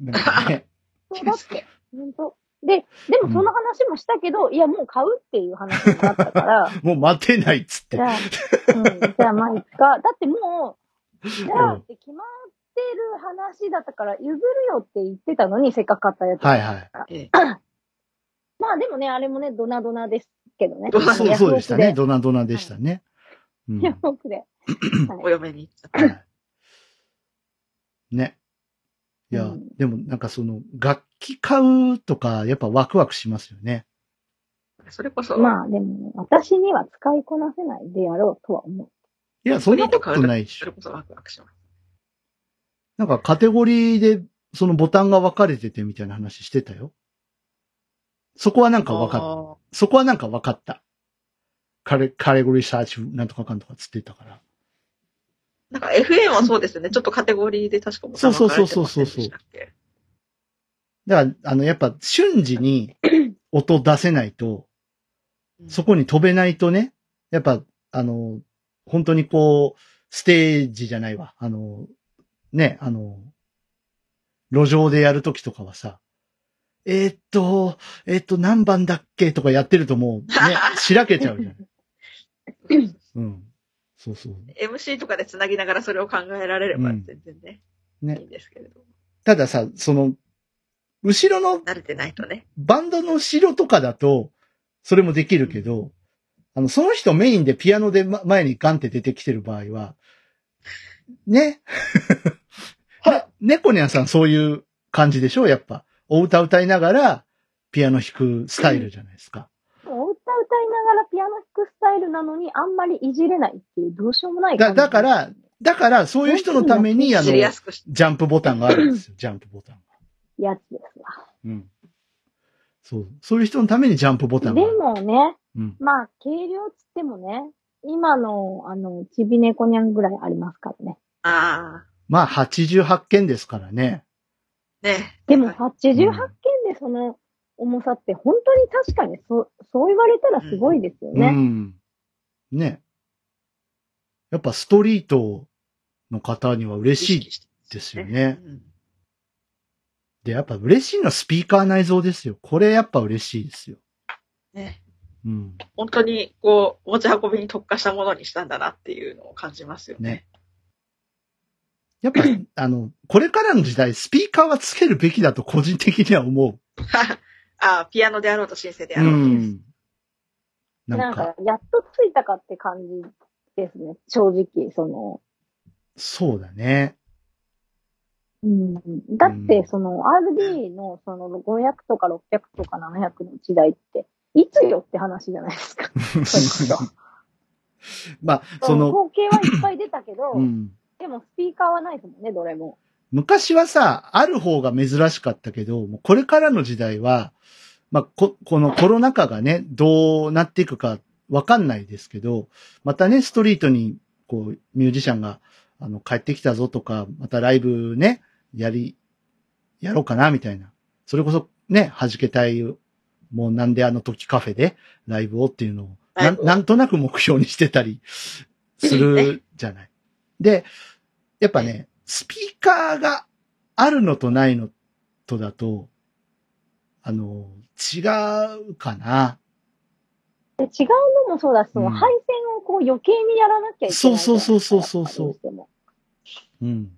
なんか [LAUGHS] ねそうだって。本当。で、でもその話もしたけど、いや、もう買うっていう話になっ [LAUGHS] たから、もう待てないっつっじて。ゃあ、うん、じゃあまあいっか。だってもう、じゃあって決まってる話だったから、譲るよって言ってたのに、せっかく買ったやつ。はいはい。ええまあでもね、あれもね、ドナドナですけどね。ドナそうそうでしたね。ドナドナでしたね。うんヤフオクで。お嫁に行った。はいね。いや、うんでもなんかその、楽器買うとか、やっぱワクワクしますよね。それこそ、まあでも、私には使いこなせないでやろうとは思う。いや、そんなことないでしそょれ。こそワクワクします。なんかカテゴリーで、そのボタンが分かれててみたいな話してたよ。そこはなんか分かっあーそこはなんか分かった。カレ、カレゴリーサーチなんとかかんとかつってたから。なんか FA もそうですよね。ちょっとカテゴリーで確かもそうそうそうそうそう分かれてませんでしただっけから、あの、やっぱ瞬時に音出せないと、うんそこに飛べないとね、やっぱ、あの、本当にこう、ステージじゃないわ。あの、ね、あの、路上でやるときとかはさ、えーっと、えーっと、何番だっけとかやってるともう、ね、しらけちゃうじゃん。うん。そうそう。 MC とかで繋ぎながらそれを考えられればうん全然ね、ねいいんですけれども。たださ、その、後ろの慣れてないとね。バンドの後ろとかだと、それもできるけど、あの、その人メインでピアノでま前にガンって出てきてる場合は、ね。は、猫にゃんさんそういう感じでしょやっぱ。お歌歌いながら、ピアノ弾くスタイルじゃないですか。お歌歌いながらピアノ弾くスタイルなのに、あんまりいじれないっていう、どうしようもないだ、感じだから、だから、そういう人のために、あの、知りやすくしジャンプボタンがあるんですよ。ジャンプボタンが。やつですわ。うん。そう。そういう人のためにジャンプボタでンがある。もね、うん。まあ、軽量つってもね、今の、あの、ちびねこにゃんぐらいありますからね。あまあ、88件ですからね。あ、ね。でも、88件でその重さって、本当に確かにそ、そう言われたらすごいですよね。うん。ね。やっぱストリートの方には嬉しい。いですよね。うんで、やっぱ嬉しいのはスピーカー内蔵ですよ。これやっぱ嬉しいですよ。ねうん。本当に、こう、持ち運びに特化したものにしたんだなっていうのを感じますよね。やっ [CLEARS THROAT] ぱ、あの、これからの時代、スピーカーはつけるべきだと個人的には思ああ、ピアノであろうとシンセでう。あうろうとです。ん。ななんんかか、、やっとついたかって感じですね。正直、その、そうだね。うん、だっうてん、その、RD の、その、500とか600とか700の時代って、いつよって話じゃないですか。 [LAUGHS] まあ、そその、の、統計はいっぱい出たけど、うん。でも、スピーカーはないですもんね、どれも。昔はさ、ある方が珍しかったけど、もうこれからの時代は、まあ、こ、このコロナ禍がね、どうなっていくかわかんないですけど、またね、ストリートに、こう、ミュージシャンが、あの、帰ってきたぞとか、またライブね、やり、やろうかな、みたいな。それこそ、ね、弾けたい、もうなんであの時カフェでライブをっていうのを、なライブんをなんとなく目標にしてたりするじゃない。で、やっぱね、スピーカーがあるのとないのとだと、あの、違うかな。で違うのもそうだし、その、うん配線をこう、余計にやらなきゃいけないじゃないですか。そうそうそうそうそうどしてもうん。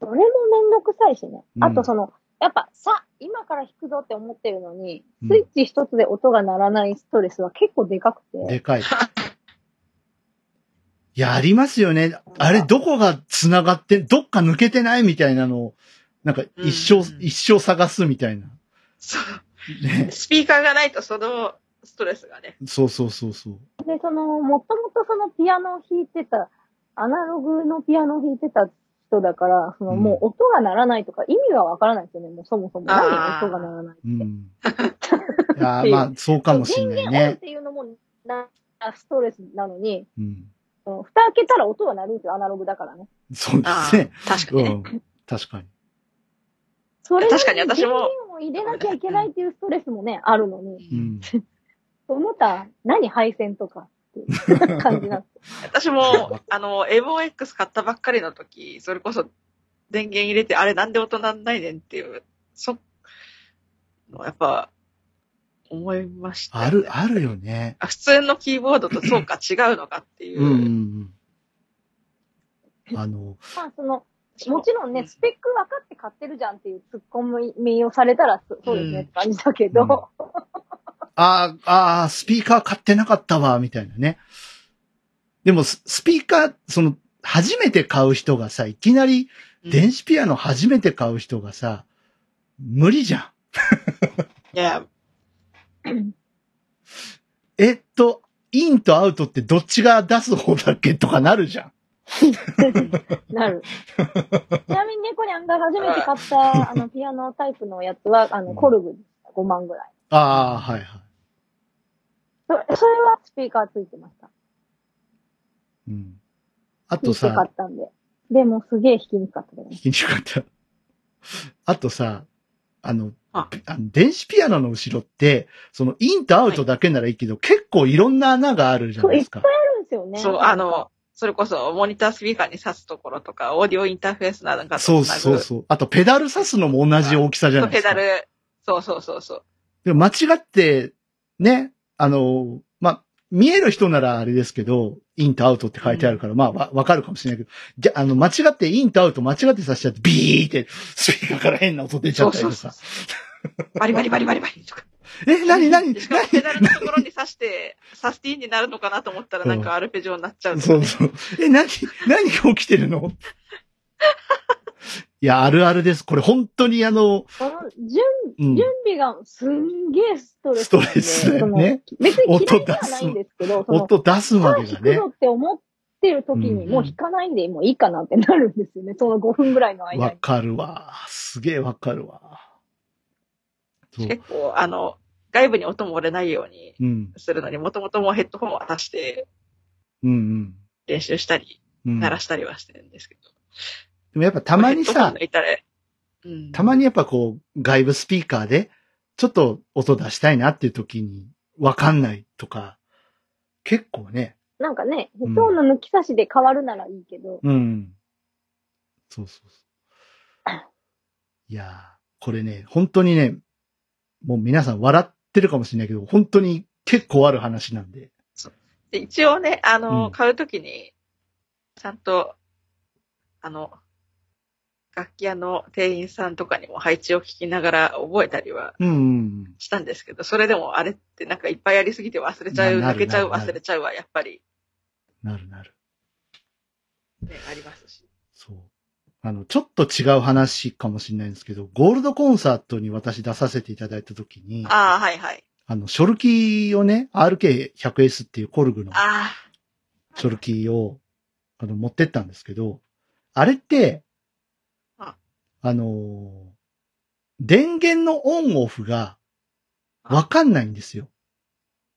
それもめんどくさいしねう。んあとその、やっぱさ、今から弾くぞって思ってるのに、うんスイッチ一つで音が鳴らないストレスは結構でかくでて、かい。いや、ありますよね。あれ、どこが繋がって、どっか抜けてないみたいなのを、なんか一生、うん一生探すみたいな。そう。ね。スピーカーがないとそのストレスがね。そうそうそうそう。で、その、もともとそのピアノを弾いてた、アナログのピアノを弾いてた人だから、そのもう音が鳴らないとか意味がわからないですよね、もうそもそも。何あー音が鳴らない。 [LAUGHS] うん。いやー、まあ、そうかもしんない電源オンっね。ていうのもなストレスなのに、うん。その蓋開けたら音は鳴るんですよ、アナログだからね。そうであすーね。確かうにね。ん。確かに。それな確かに私も電源を入れなきゃいけないっていうストレスもね、あるのに。うん。と思ったら、何配線とかっていう感じなん [LAUGHS] です [LAUGHS] 私も、あの、エボ X 買ったばっかりの時、それこそ電源入れて、あれなんで音なんないねんっていう、そ、やっぱ、思いました、ある、あるよね。あ普通のキーボードとそうか違うのかっていう。うんうんうん。あの、まあ、その、私もちろんうね、スペック分かって買ってるじゃんっていうツッコミをされたら、そそうですねうんって感じだけど、うんあーあー、スピーカー買ってなかったわ、みたいなね。でもス、スピーカー、その、初めて買う人がさ、いきなりうん電子ピアノ初めて買う人がさ、無理じゃん。いや、えっと、インとアウトってどっちが出す方だっけとかなるじゃん。[LAUGHS] なる。ちなみに猫ニャンが初めて買った、あの、ピアノタイプのやつは、あうの、んコルグでした5万ぐらい。ああ、はいはそそれはスピーカーついてました。い。うん。あとついて買さっ、たんで。でもすげえ弾きにくかったけどね聞。きにくかった。あとさ、あの、あピあの電子ピアノの後ろって、そのインとアウトだけならいいけど、結構いろんな穴があるじゃないですか。そうですよね。そう、あの、それこそモニタースピーカーに挿すところとか、オーディオインターフェースなどかそうそうそう。あと、ペダル刺すのも同じ大きさじゃないでペすか。ダル、そうそうそうそう。でも間違って、ね、あの、まあ、見える人ならあれですけど、インとアウトって書いてあるから、まあ、わ、わかるかもしれないけど、じゃ、あの、間違ってインとアウト間違ってさしちゃって、ビーって、スピーカーから変な音出ちゃそうったりそとかうそうさ。。バリバリバリバリバリとか。え、 [LAUGHS] なになにしかもペダルのところに刺して、サスティーンになるのかなと思ったら、なんかアルペジオになっちゃうとかそね、うそう。え、何、何が起きてるの [LAUGHS] いや、あるあるです。これ本当にあの、この準うん準。備がすんげえストレスなんストレで。スだよそのね別に嫌いではないんですけど、その、音出すまで弾がくねぞ。って思ってる時にもう弾かないでもういいかなってなるんですよね。その5分ぐらいの間わに。かるわ。すげえわかるわ。そう。結構、あの、外部に音も漏れないようにうん。するのに、もともともうヘッドホンを渡してうん練習したり、うん。うん、鳴らしたりはしてるんですけど。でもやっぱたまにヘッドホさン、抜いたらうん、たまにやっぱこう、外部スピーカーで、ちょっと音出したいなっていう時に、わかんないとか、結構ね、なんかね、ヘんッドホンの抜き差しで変わるならいいけど、うん。そうそうそう。いやー、これね、本当にね、もう皆さん笑ってるかもしれないけど、本当に結構ある話なんで。で一応ね、あの、うん買うときに、ちゃんと、あの、楽器屋の店員さんとかにも配置を聞きながら覚えたりはうんうんしたんですけど、それでもあれってなんかいっぱいありすぎて忘れちゃう、なな抜るけちゃう、なるなる忘れちゃうはやっぱり、うん。なるなる。ね、ありますし。そう。あの、ちょっと違う話かもしれないんですけど、ゴールドコンサートに私出させていただいた時に、ああ、はいはい。あの、ショルキーをね、RK100S っていうコルグのあショルキーを、あの、持ってったんですけど、あれって、ああのー、電源のオンオフがわかんないんですよ。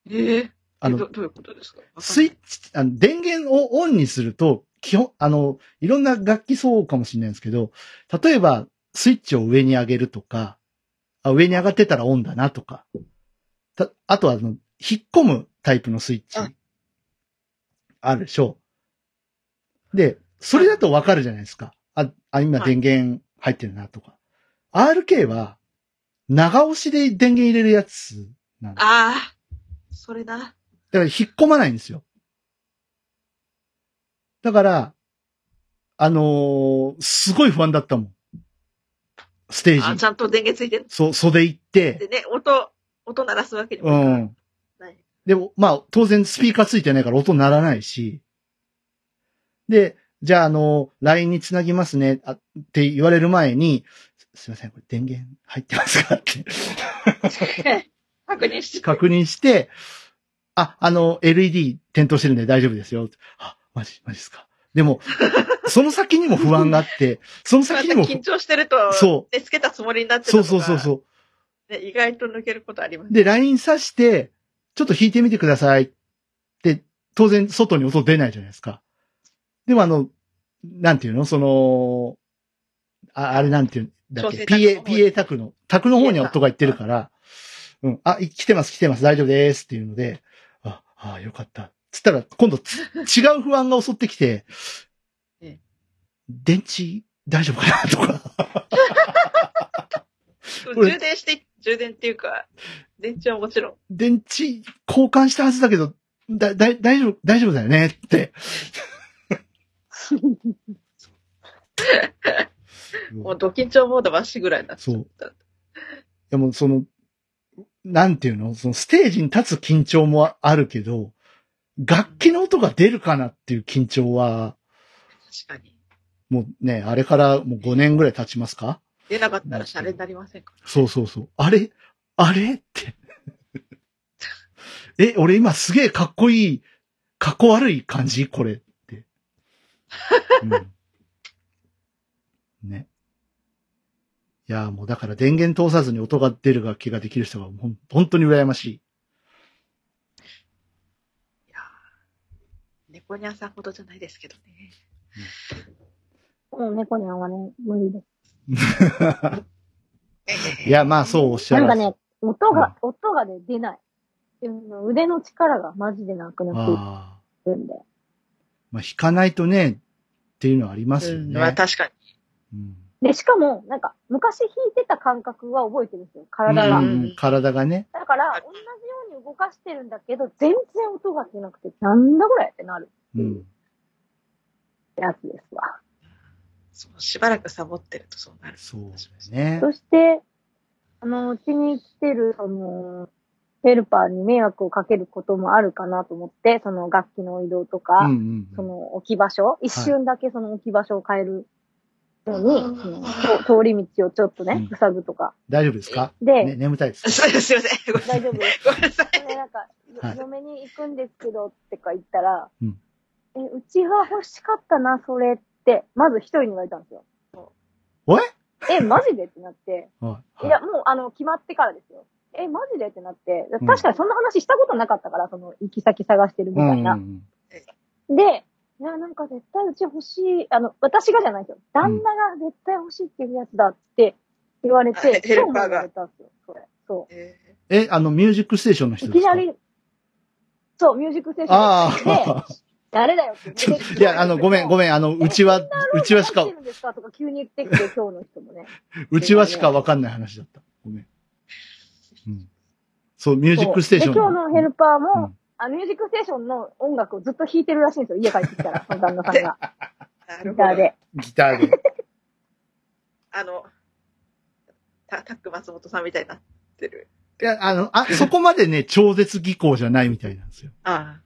あ、ええあどの、どういうことですかスイッチ、あの、電源をオンにすると、基本、あの、いろんな楽器そうかもしれないんですけど、例えば、スイッチを上に上げるとか、あ上に上がってたらオンだなとか、たあとはあの、引っ込むタイプのスイッチあ、あるでしょう。で、それだとわかるじゃないですか。あ、あ今はい電源入ってるなとか。RK は、長押しで電源入れるやつなんですよああ、それな。だから引っ込まないんですよ。だから、あのーすごい不安だったもん。ステあーちジ。ゃんと電源ついてるそ、袖行っでて、ね、音、音鳴らすわけにもういかない。ん。でも、まあ、当然スピーカーついてないから音鳴らないし。で、じゃあ、あのー、LINE につなぎますね、あって言われる前に、すすいません、これ電源入ってますかって。 [LAUGHS] 確認して。確認して、あ、あの、LED 点灯してるんで大丈夫ですよ。あ、マジ、マジですか。でも、その先にも不安があって、その先 [LAUGHS] にも、緊張してると、。そうね、つけたつもりになって。そうそうそうそうう。ね、意外と抜けることありますね。で、ライン刺して、ちょっと弾いてみてくださいって、当然外に音出ないじゃないですか。でもあの、なんていうのその、あ、あれなんていうんだっけ調整 ?PA、卓の方に PA 卓の、卓の方に音が行ってるから、うん、あ、い来てます来てます、大丈夫ですっていうので、あ、あ、よかった。つったら、今度つ違う不安が襲ってきてええ、電池大丈夫かなとか。でも充電して、充電っていうか、電池はもちろん。電池交換したはずだけど、だ、だ、大丈夫、大丈夫だよねって。もうド緊張モードまっしぐらいになっちゃった。でもその、なんていうのそのステージに立つ緊張もああるけど、楽器の音が出るかなっていう緊張は、確かに。もうね、あれからもう5年ぐらい経ちますか出なかったらシャレになりませんかそうそうそう。あれあれって。 [LAUGHS] え、俺今すげえかっこいい、かっこ悪い感じこれって。うん、ね。いやーもうだから電源通さずに音が出る楽器ができる人がほん本当に羨ましい。いやー猫ニャンさんほどじゃないです [LAUGHS] けどね。もう猫にはね、無理です。いや、まあそうおっしゃなんる。かね、音が、音がね、出ない。でも腕の力がマジでなくなってああ。いくんで。まあ弾かないとね、っていうのはありますようん、ね。まあ確かに。うんで、しかも、なんか、昔弾いてた感覚は覚えてるんですよ、体が。うんうんうん体がね。だから、同じように動かしてるんだけど、全然音が出なくて、なんだこれってなるうん。やつですわ。そう、しばらくサボってるとそうなる。そうですね。そして、あの、うちに来てる、その、ヘルパーに迷惑をかけることもあるかなと思って、その楽器の移動とか、うんうんその置き場所、一瞬だけその置き場所を変えるのに、うんそのと通り道をちょっうとんね、塞ぐとか。大丈夫ですかで、ね、眠たいですかそう [LAUGHS] ですよね。ごめんなさい。大丈夫です。ごめんなさい。でなんか、 [LAUGHS] はい嫁に行くんですけどってか言ったら、うんえ、うちが欲しかったな、それって、まず一人に言われたんですよ。おいえ、マジでってなって、 [LAUGHS] はいいはいや、もう、あの、決まってからですよ。え、マジでってなって、うん確かにそんな話したことなかったから、その、行き先探してるみたいな。うんうんうんで、いや、なんか絶対うち欲しい、あの、私がじゃないですよ。旦那が絶対欲しいっていうやつだって言われうんあて、ヘルパーが今日も言われたんですよ、それ。そえーえ、あの、ミュージックステーションのう。人いできすかなり、そう、ミュージックステーシあョンで、あ。誰だよってちょいや、あの、ごめん、ごめめん。ん、あの、うちは、うちはしか何して、るんですかとか急に言って [LAUGHS] きて、今日の人もね。うちはしかわかんない話だった。ごめん。うん。そう、ミュージックステーション。そうで、今日のヘルパーも、うんあミュージックステーションの音楽をずっと弾いてるらしいんですよ、家帰ってきたら、その旦 [LAUGHS] 那さんが。なギるタほど。ーで。ギターで。あの、たタック松本さんみたいになってる。いや、あの、あ、そこまでね、超絶技巧じゃないみたいなんですよ。あ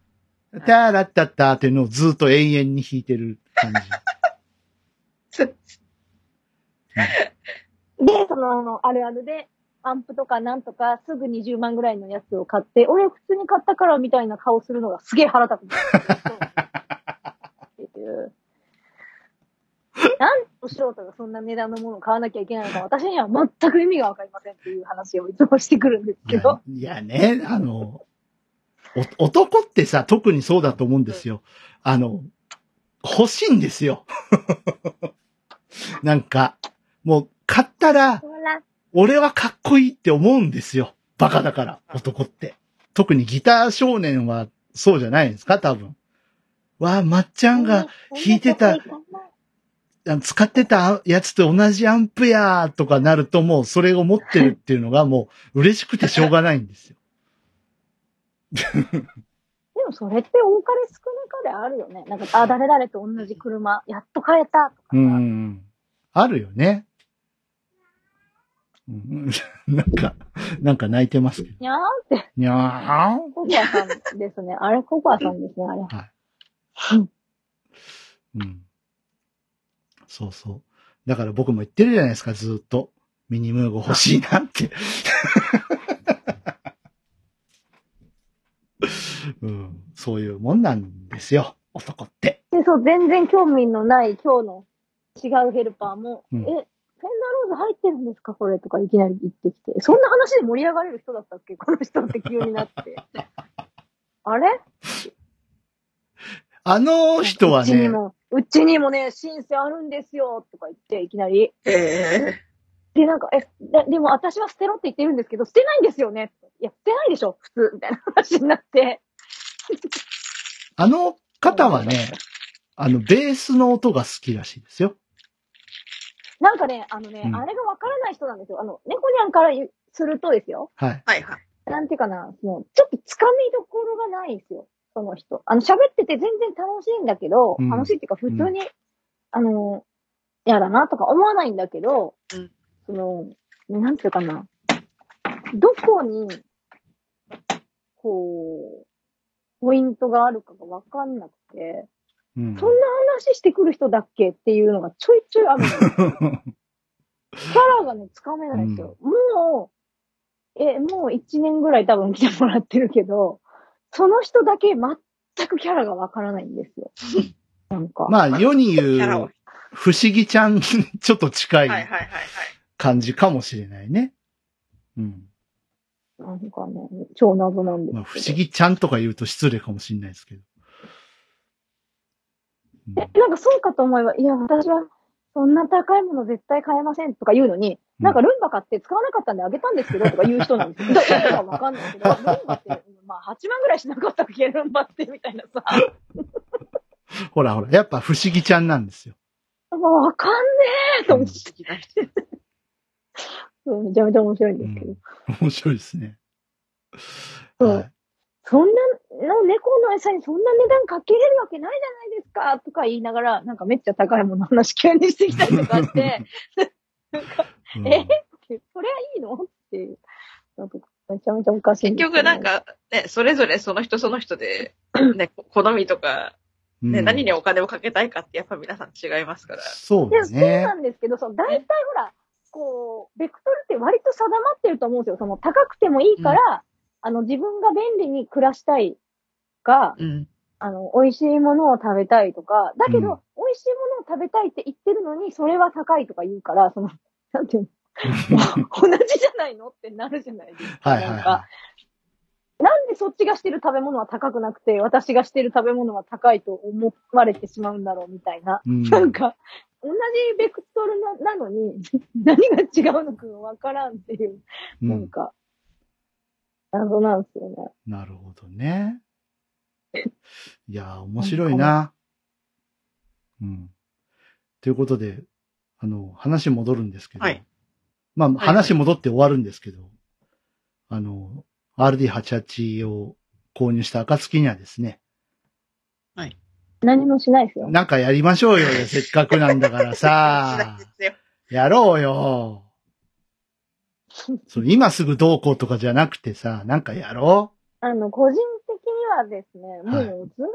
いターラッタッターっていうのをずっと永遠に弾いてる感じ。あ。で、その、あるあるで、アンプとかなんとか、すぐ20万ぐらいのやつを買って、俺普通に買ったからみたいな顔するのがすげえ腹立 [LAUGHS] つ。っていう。なんと素人がそんな値段のものを買わなきゃいけないのか、私には全く意味がわかりませんっていう話をいつもしてくるんですい [LAUGHS] けやど。いやね、あの、お男ってさ、特にそうだと思うんですよ。あの、欲しいんですよ。 [LAUGHS] なんか、もう、買ったら、ほら、俺はかっこいいって思うんですよ。バカだから、男って。特にギター少年はそうじゃないですか、多分。わあ、まっちゃんが弾いてたあの使ってたやつと同じアンプやーとかなるともうそれを持ってるっていう [LAUGHS] のがもう嬉しくてしょうがないんですよ。でもそれって多かれ少なかれあるよね。なんか、あ、誰々と同じ車、やっと買えたとかさ。うん。あるよね。うん [LAUGHS] うんなんか、なんか泣いてますけど。にゃーんにゃーん。ココアさんですね。あれ、ココアさんですね、あれ。うん。そうそう。だから僕も言ってるじゃないですか、ずーっと。ミニムーゴ欲しいなって。 [LAUGHS] うん、そういうもんなんですよ、男って。で、で、そう、全然興味のない今日の違うヘルパーも、うんえ、フェンダーローズ入ってるんですかこれとかいきなり言ってきて、そんな話で盛り上がれる人だったっけこの人って急になって。 [LAUGHS] あれあの人はうちにね、も、うちにもね、申請あるんですよとか言って、いきなり。ええで、なんか、え、だでも私は捨てろって言ってるんですけど、捨てないんですよね。いや、捨てないでしょ、普通、みたいな話になって。あの方はね、あの、ベースの音が好きらしいですよ。なんかね、あのね、うんあれがわからない人なんですよ。あの、猫ニャンから言うするとですよ。はい。はいはい。なんていうかな、その、ちょっとつかみどころがないんですよ。その人。あの、喋ってて全然楽しいんだけど、うん楽しいっていうか、普通に、あの、やだなとか思わないんだけど、うんその、なんていうかな、どこに、こう、ポイントがあるかがわかんなくて、うんそんな話してくる人だっけっていうのがちょいちょいあるの。キャラがね、つかめないんですよ。もう、え、もう1年ぐらい多分来てもらってるけど、その人だけ全くキャラがわからないんですよ。なんか。まあ、世に言キャラをう、不思議ちゃん [LAUGHS] にちょっと近はいはいいはいはい。感じかもしれないね。うん。なんかね、超謎なんですけど。まあ、不思議ちゃんとか言うと失礼かもしれないですけど。うんえなんかそうかと思えば、いや、私はそんな高いもの絶対買えませんとか言うのに、うんなんかルンバ買って使わなかったんであげたんですけどとか言う人なんです [LAUGHS] よ。どういうことかわかんないけど、ルンバって、まあ8万ぐらいしなかったっけ、ルンバってみたいなさ。ほらほら、やっぱ不思議ちゃんなんですよ。なんかわかんねえと思って不思議な人。そうめちゃめちゃ面白いんうですけど。ん、面白いですね。そうはいそんなの、猫の餌にそんな値段かけれるわけないじゃないですかとか言いながら、なんかめっちゃ高いものの話急にしてきたりとかして、うんえそれはいいのっていう。なんかめちゃめちゃおかしい結ですよ局ね、なんか、ね、それぞれその人その人 [LAUGHS] で、ね、こ好みとか、うんね、何にお金をかけたいかってやっぱ皆さん違いますから。そういや、だそうねな。んですけど、その大体ほら、こう、ベクトルって割と定まってると思うんですよ。その高くてもいいから、あの自分が便利に暮らしたいが、うん。あの、美味しいものを食べたいとか、だけど、うん美味しいものを食べたいって言ってるのに、それは高いとか言うから、その、なんていうの、 [LAUGHS] 同じじゃないのってなるじゃないですか。はいはなんいかはなんでそっちがしてる食べ物は高くなくて、私がしてる食べ物は高いと思われてしまうんだろうみたいな。い。うんなんか、同じベクトルななのに、何が違うのかわからんっていう、うなんんか、謎なんですよね。なるほどね。いやー、面白いな。うん。ということで、あの、話戻るんですけど。はいまあ、はい話戻って終わるんですけど、あの、RD88 を購入した暁にはですね、何もしないですよ。なんかやりまし [LAUGHS] ょうよ、せっかくなんだからなさい。ですよ。やろうよ。そう今すぐどうこうとかじゃなくてさ、なんかやろあの、個人的にはですね、はいもうずーっ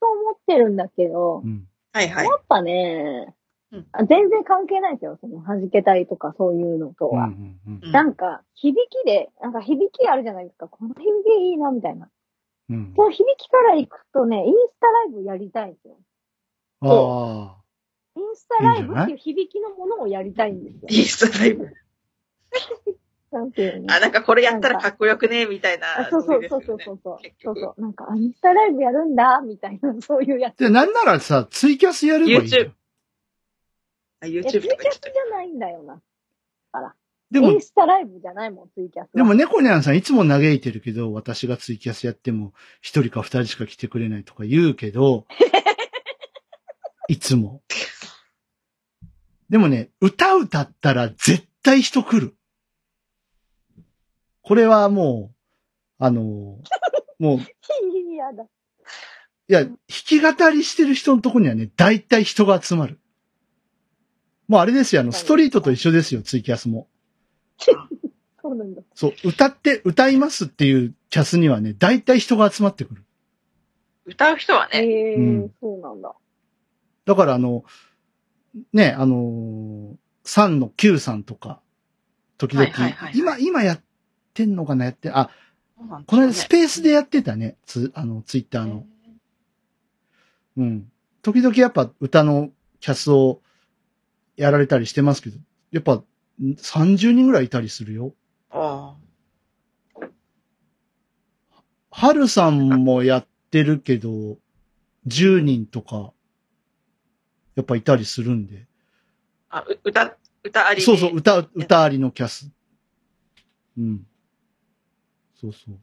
と思ってるんだけどう。、うん。はいはいや。っぱねうん、あ全然関係ないんですよ。その、弾けたりとかそういうのうとんうは。んうんうんなんか、響きで、なんか響きあるじゃないですか。この響きいいな、みたいな。うん。その響きから行くとね、インスタライブやりたいんですよ。ああ。インスタライブっていう響きのものをやりたいんですイよ。ンスタライブ。なんていうのあ、なんかこれやったらかっこよくね、みたいあなそうそノうリですそようね。そうそうそう結。そう局そう。なんか、あインスタライブやるんだ、みたいな、そういうやつ。で、なんならさ、ツイキャスやればいいじゃん YouTube あいや YouTube ツとイかキ言っャスちゃじっゃないんだよな。でイもン、スタライブじゃないもん、ツイキャスは。でも、猫ニャンさんいつも嘆いてるけど、私がツイキャスやっても、一人か二人しか来てくれないとか言うけど、いつも。でもね、歌歌ったら絶対人来る。これはもう、あの、もう、いやだ。いや、弾き語りしてる人のとこにはね、大体人が集まる。もうあれですよ、あの、ストリートと一緒ですよ、ツイキャスも。そうなんだ。そう、歌って、歌いますっていうキャスにはね、大体人が集まってくる。歌う人はへね、え、うんそうなんだ。だからあの、ね、あのー、3の9さんとか、時々、はいはいはいはい今、今やってんのかな、やって、あ、そうなんでこすのよ間ねスペースでやってたね、つ、あの、ツイッターの。うん。時々やっぱ歌のキャスをやられたりしてますけど、やっぱ30人ぐらいいたりするよ。あはるさんもやってるけど、10人とか、やっぱいたりするんで。あ。あ、う歌、歌ありでそうそう、歌、歌ありのキャス。うん。そうそう。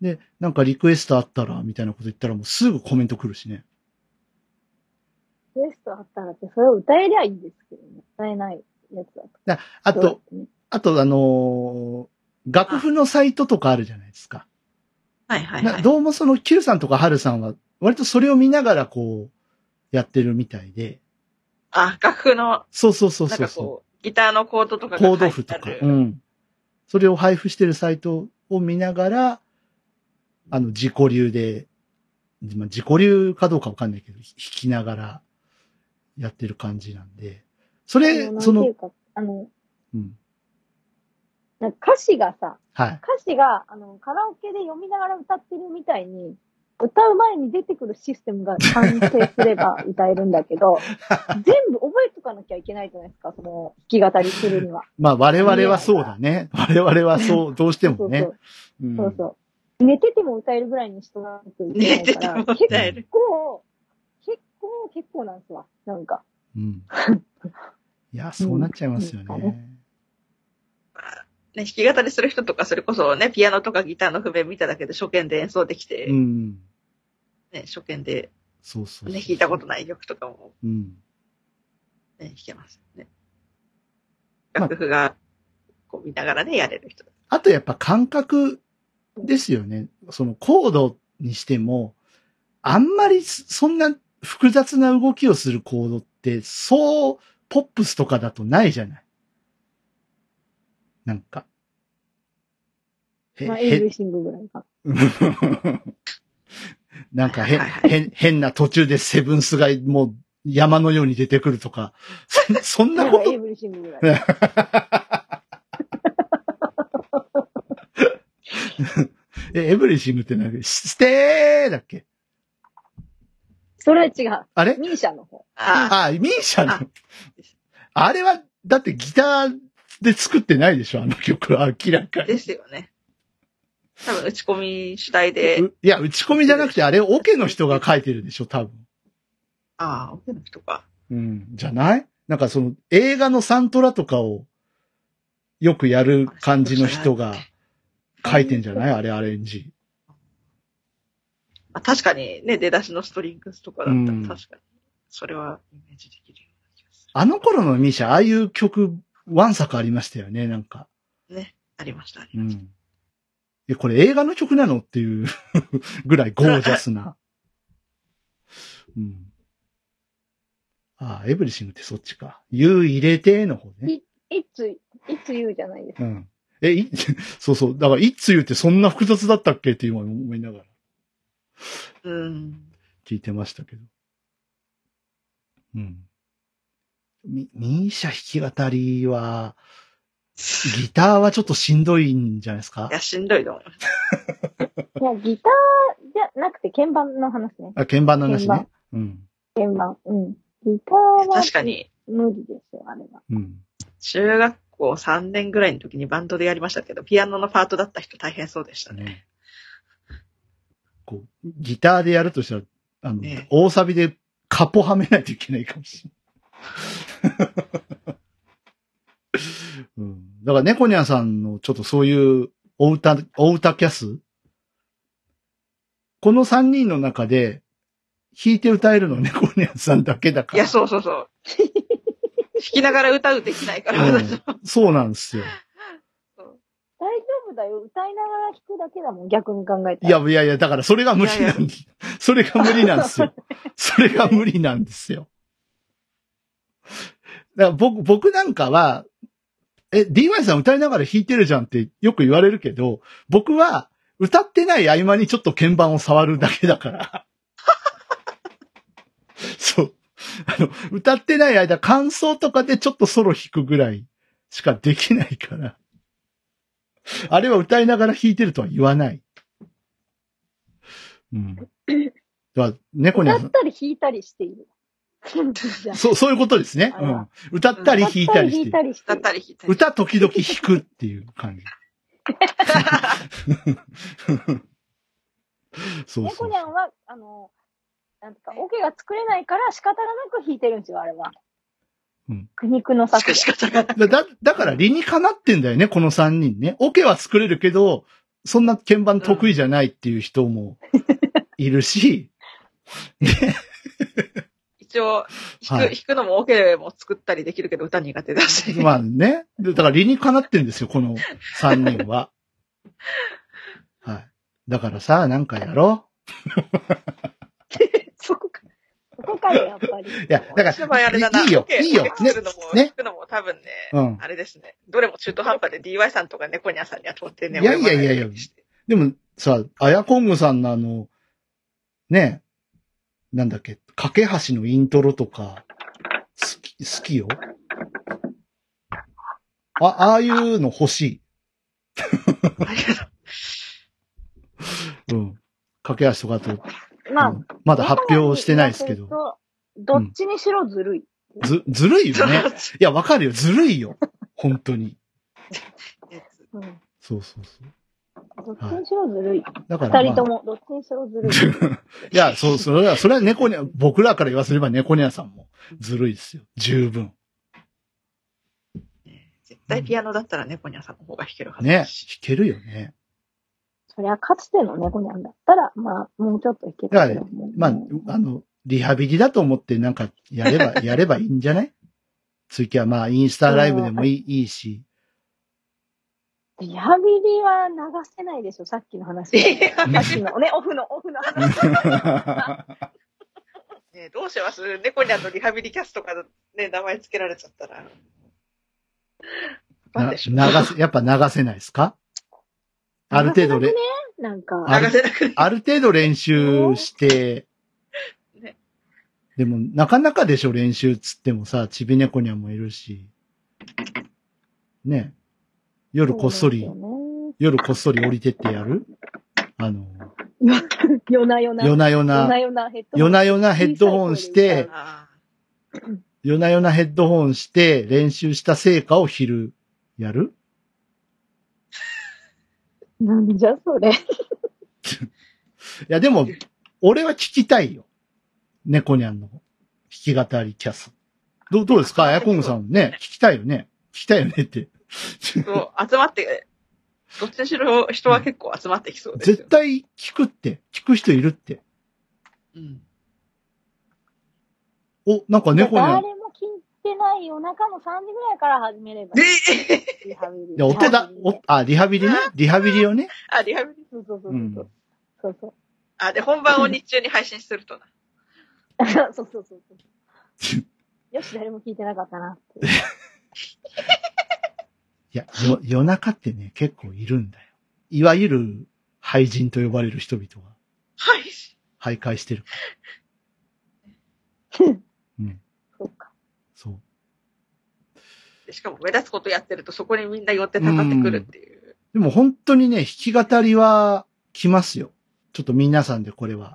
で、なんかリクエストあったら、みたいなこと言ったらもうすぐコメント来るしね。リクエストあったらって、それを歌えりゃいいんですけどね。歌えないやつだと。あと、そうですね、あとあのー楽譜のサイトとかあるじゃないですか。はいはいなはい。どうもその Q さんとか春さんは、割とそれを見ながらこう、やってるみたいで。あ、楽譜の、そうそうそうなんそうかそこう、ギターのコードとう。かがコー入ドっ譜てとあか。る。うん。それを配布してるサイトを見ながら、あの、自己流で、まあ、自己流かどうかわかんないけど、弾きながらやってる感じなんで。それあ、のそなんていのう、か、あの、うん。なんか歌詞がさ、はい。歌詞が、あの、カラオケで読みながら歌ってるみたいに、歌う前に出てくるシステムが完成すれば歌えるんだけど、全部覚えとかなきゃいけないじゃないですか、その、弾き語りするには。まあ、我々はそうだね。我々は [LAUGHS] そう、どうしてそもうそねう。。うんそうそう。寝てても歌えるぐらいにしとかないといけ寝なてていから、も結歌える。構、結構、結構なんですわ。なんか。うん。いや、そうなっちゃいますようんね。ね、弾き語りする人とか、それこそね、ピアノとかギターの譜面見ただけで初見で演奏できて、うん。ね、初見で、そうそうそう。ね、弾いたことない曲とかも、うん。ね、弾けますよね。まあ楽譜が、こう見ながらね、やれる人。あとやっぱ感覚ですよね。そのコードにしても、あんまりそそんな複雑な動きをするコードって、そう、ポップスとかだとないじゃない。なんか。へまあ、エイへブシングぐらいか。 [LAUGHS] なんかへ、はいはへん、変な途中でセブンスがもう山のように出てくるとか、そそんなこまあエとイブシングぐらい。え、エブリシングって何ししてーだっけそれは違う。あれミーシャの方。ああ、あ、ミーシャあの。あれは、だってギターで作ってないでしょあの曲は明らかに。ですよね。多分、打ち込み主体で、ういや、打ち込みじゃなくて、あれ、オケの人が書いてるでしょ多分。ああ、オケの人か。うん。じゃないなんかその、映画のサントラとかを、よくやる感じの人が書いてんじゃないあれ、アレンジ。まあ、確かにね、出だしのストリングスとかだったらうん確かに、それはイメージできるような気がする。あの頃のミーシャ、ああいう曲、ワンサクありましたよね、なんか。ね、ありました、ありうました。ん。え、これ映画の曲なのっていう [LAUGHS] ぐらいゴージャスな。うん。ああ、エブリシングってそっちか。You 入れての方ね。いつ、いつ言うじゃないでうすか。ん。え、い、 [LAUGHS] そうそう。だから、いつ言うってそんな複雑だったっけって今思いながらうん。聞いてましたけど。うん。み、ミーシャ弾き語りは、ギターはちょっとしんどいんじゃないですかいや、しんどいと思います。いや、ギターじゃなくて鍵盤の話ね。あ、鍵盤の話鍵ね。うん。鍵盤。うん。ギターは確かに、無理ですよ、あれは。うん。中学校3年ぐらいの時にバンドでやりましたけど、ピアノのパートだった人大変そうでしたね。ね。こう、ギターでやるとしたら、あの、ね大サビでカポはめないといけないかもしれない。 [LAUGHS] うん。だから、猫ニャンさんのちょっとそういう、お歌、お歌キャスこの3人の中で、弾いて歌えるの猫ニャンさんだけだかいら。や、そうそうそう。弾きながら歌うできないから、うん私もそうなんですよ。大丈夫だよ。歌いながら弾くだけだもん、逆に考えたいら。や、いやいや、だからそれが無理なん [LAUGHS] それが無理なんです [LAUGHS] よ。それが無理なんですよ。だから僕、僕なんかは、え、DY さん歌いながら弾いてるじゃんってよく言われるけど、僕は歌ってない合間にちょっと鍵盤を触るだけだから。 [LAUGHS] そう。あの、歌ってない間感想とかでちょっとソロ弾くぐらいしかできないから。あれは歌いながら弾いてるとは言わない。うん。は、猫に歌ゃっんたり弾いたりしている。じゃあそう、そういうことですね。あうらん。歌ったり弾いたりして。りしてだるったり弾いたり。歌時々弾くっていう感じ。 [LAUGHS] そうそ猫うニ。ャンは、あの、なんていうか、オケが作れないから仕方がなく弾いてるんですよ、あれは。うん苦肉の策で。しか仕方がない。だ、だだから理にかなってんだよね、この3人ね。オケは作れるけど、そんな鍵盤得意じゃないっていう人 [LAUGHS] もいるし、一応、弾く、はい弾くのもオケも作ったりできるけど、歌苦手だし。まあね。でだから理にかなってんですよ、この3人 [LAUGHS] は。はい。だからさ、なんかやろ [LAUGHS] そこか。そこからやっぱり。う。いや、だ一か番あれだな。ら、いいよオケ、いいよオケ、ね作るのも、、弾ね。くのも多分ね、うん。あれですね。どれも中途半端で DY さんとか猫ニャンさんには通ってね。いやいやいやいや及ばなしてでもさ、アヤコングさんのあの、ねえ、なんだっけ、架け橋のイントロとか、好き、好きよ。あ、ああいうの欲しありがとうい。うん。架け橋とかと、まあ、うんまだ発表してないですけど。ど。どっちにしろずるい。ず、ずるいよね。そいや、わかるよ。ずるいよ。本当に。うやつうん。そうそうそどっちにしろずるい。う。だから、二人とまあ。も、どっちにしろずるい。 [LAUGHS] いや、そう、それは、それは猫にゃ、僕らから言わせれば猫にゃさんもずるいですよ。十分。絶対ピアノだったら猫ニャンさんの方が弾けるはずね。弾だし。けるよね。そりゃ、かつての猫ニャンだったら、まあ、もうちょっといけたけども。まあうん、あの、リハビリだと思ってなんかやれば、やればいいんじゃない追記はまあ、インスタライブでもいい,、いいし。リハビリは流せないでしょ、さっきの [LAUGHS] 話。さっきのね、オフの、オフの話。ねどうします猫ニャンのリハビリキャストからね、名前つけられちゃったら。なんなでしょう。流せ、やっぱ流せないですか [LAUGHS] ある程度ねれ、。なんか、ある流せなくある程度練習してね、でも、なかなかでしょ、練習っつってもさ、ちび猫にゃんもいるし。ね。夜こっそりそう、なん夜こっそり降りてってやるあの、ですよね。夜な夜な。夜な夜夜なな、夜なヘッドホ夜ン。な夜なヘッドホンし小さい声でて歌、あ夜な夜なヘッドホンして練習した成果を昼やるなんじゃそれ。いやでも、俺は聞きたいよ。猫ニャンの弾き語りキャス。どう、どうですかアヤコングさんもね、聞きたいよね。聞きたいよねって。ーそう集まって、どっちにしろ人は結構集まってきそうです [LAUGHS] よ絶、対聞くって、聞く人いるって。うん。お、なんか猫ニャ誰ン。いも聞いてない夜中の3時ぐらいから始めればでいい。、リハビリ。や、お手だ、お、あ、リハビリね。リハビリをね。あ、リハビリ。そうそうそううそんう。。そうそう。あ、で、本番を日中に配信するとな。そうそうそうそう。よし、誰も聞いてなかったなって。いや、よ夜中ってね、結構いるんだよ。いわゆる、廃人と呼ばれる人々がはい。徘徊してる。うん。そうか。そう。しかも目立つことやってると、そこにみんな寄ってたかってくるっていう。でも本当にね、弾き語りは来ますよ。ちょっと皆さんでこれは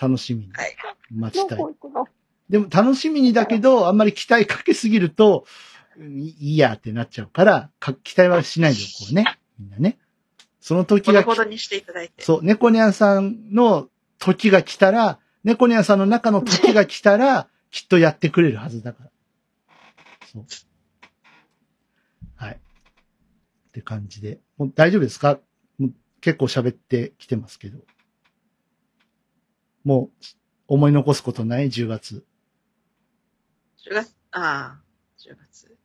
楽しみにはい待どちうたい。こういうことでも楽しみにだけど、あんまり期待かけすぎると、うんいいやってなっちゃうから、か期待はしないでおこうね。みんなね。その時ほどが、ほどにしていただいて。そう、猫ニャンさんの時が来たら、猫ニャンさんの中の時が来たら、きっとやってくれるはずだから。そう。はい。って感じで。もう大丈夫ですかもう結構喋ってきてますけど。もう、思い残すことない ?10 月。 10月、ああ、10月。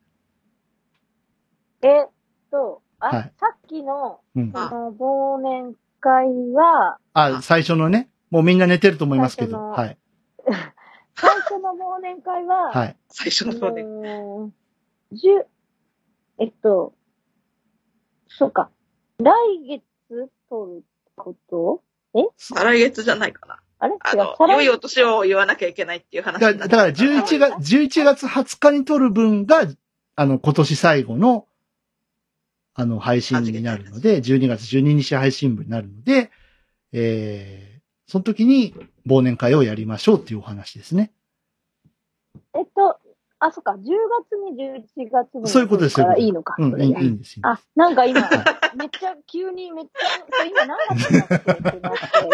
えーっと、あ、はいさっきの、うんそあの、忘年会は、あ、最初のね。もうみんな寝てると思いますけど。は最初のい。最初の忘年会は、はい。最初あの [LAUGHS] 方ね。のー、じゅ、えっと、そうか、来月取ること再来月じゃないかな。あれ違う、あの、再良来いお年を言わなきゃいけないっていう話だになだっからちゃう11月、11月20日に撮る分が、あの、今年最後の、あの、配信になるので、12月12日配信分になるので、えその時に忘年会をやりましょうっていうお話ですね。えっと、あ、そっか、10月に11月分そういうことですだからいいのか。うんそ、いれいいでいんですよ。あ、なんか今、 [LAUGHS] めっちゃ急にめっちゃ、 [LAUGHS] 今何月だっけってなって、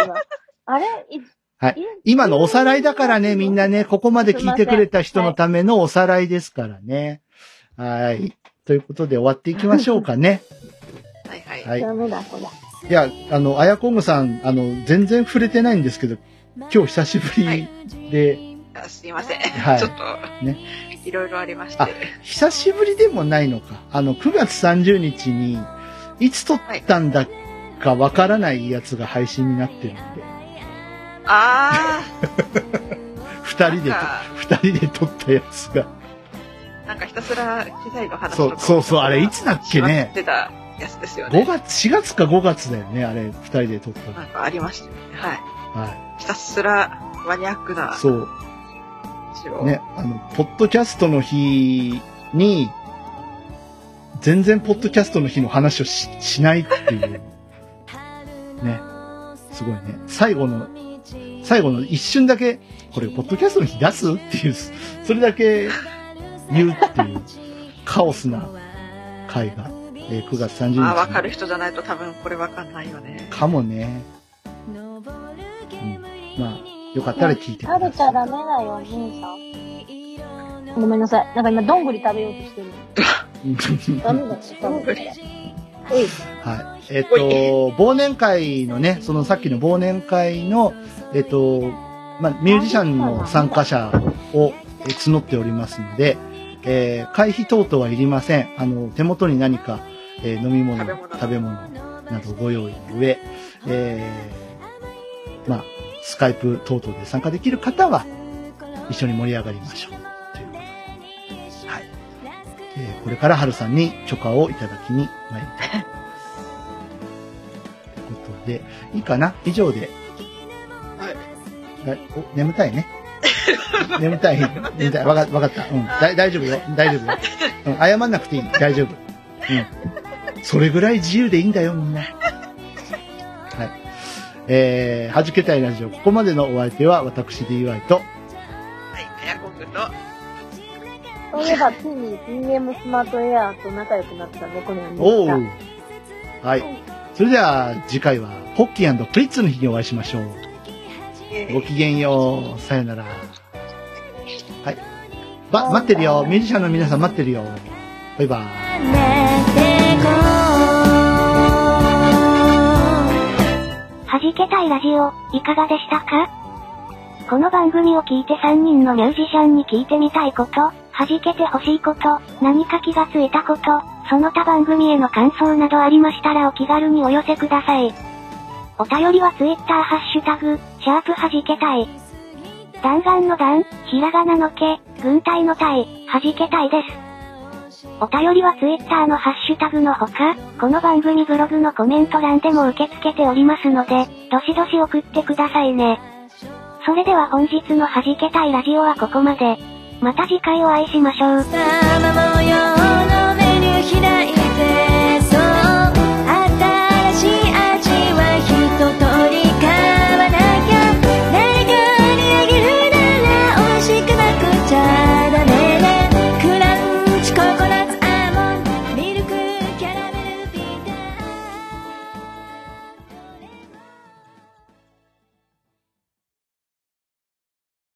今。あれいはい今のおさらいだからね、みんなね、ここまで聞いてくれた人のためのおさらいですからね。はい。ということで終わっていきましょうかね。はいはい。はい。ダメだ、これ。いや、あの、あやこんぐさん、あの、全然触れてないんですけど、今日久しぶりで、あすいません。はいちょっと、ねいろいろありましあて。久しぶりでもないのか。あの、9月30日に、いつ撮ったんだかわからないやつが配信になってるんで、あ二人でなんか、二人で撮ったやつが。ー、なんかひたすら機材の話そうとかそうそうあれいつだっけねしまってたやつですよ5ね。月、4月か5月だよね、あれ、二人で撮ったなのんかありましたよね。は。はい。ひたすらマニアックないそう。話を。ね、あの、ポッドキャストの日に、全然ポッドキャストの日の話をししないっていう。ね。すごいね。最後の、最後の一瞬だけ、これ、ポッドキャストの日出すっていう、それだけ言うっていう、カオスな回が、えー9月30日に。あー、わかる人じゃないと多分これわかんないよね。かもね。うん、まあ、よかったら聞いてくださ食べい。ちゃダメだよ、兄さん。ごめんなさい。なんか今、どんぐり食べようとしてる。[LAUGHS] ダメだよ、どんぐりおい、はい。えっ、と、忘年会のね、そのさっきの忘年会の、えっ、と、まあ、ミュージシャンの参加者をえー募っておりますので、えー会費等々はいりません。あの、手元に何か、えー飲み物、食べ物食べ物などご用意の上、えーまあ、スカイプ等々で参加できる方は、一緒に盛り上がりましょう。ということで。はい。えーこれから春さんに許可をいただきに参りたいと思います。という [LAUGHS] ことで、いいかな以上で。はい。だお眠たいね。 [LAUGHS] 眠たい。眠たい。わかわかった。うん。だ大丈夫よ。大丈夫よ。うん。謝んなくていい。大丈夫。うん。それぐらい自由でいいんだよ、みんな。はい。えー、はじけたいラジオ、ここまでのお相手は私 DY と、はい。あやこんくんと、そういえば、ついに DM スマートエアーと仲良くなった猫にゃんでおしうた。はい。それでは次回は、ポッキープリッツの日にお会いしましょう。ごきげんよう。さよなら。はい。ば、待ってるよ。ミュージシャンの皆さん待ってるよ。バイバイ。はじけたいラジオ、いかがでしたかこの番組を聞いて3人のミュージシャンに聞いてみたいこと、はじけてほしいこと、何か気がついたこと、その他番組への感想などありましたらお気軽にお寄せください。お便りは Twitter ハッシュタグ、シャープはじけたい。弾丸の弾、ひらがなのけ、軍隊の隊、はじけたいです。お便りは Twitter のハッシュタグのほか、この番組ブログのコメント欄でも受け付けておりますので、どしどし送ってくださいね。それでは本日の弾けたいラジオはここまで。また次回お会いしましょ様う。模様のメニュー開いて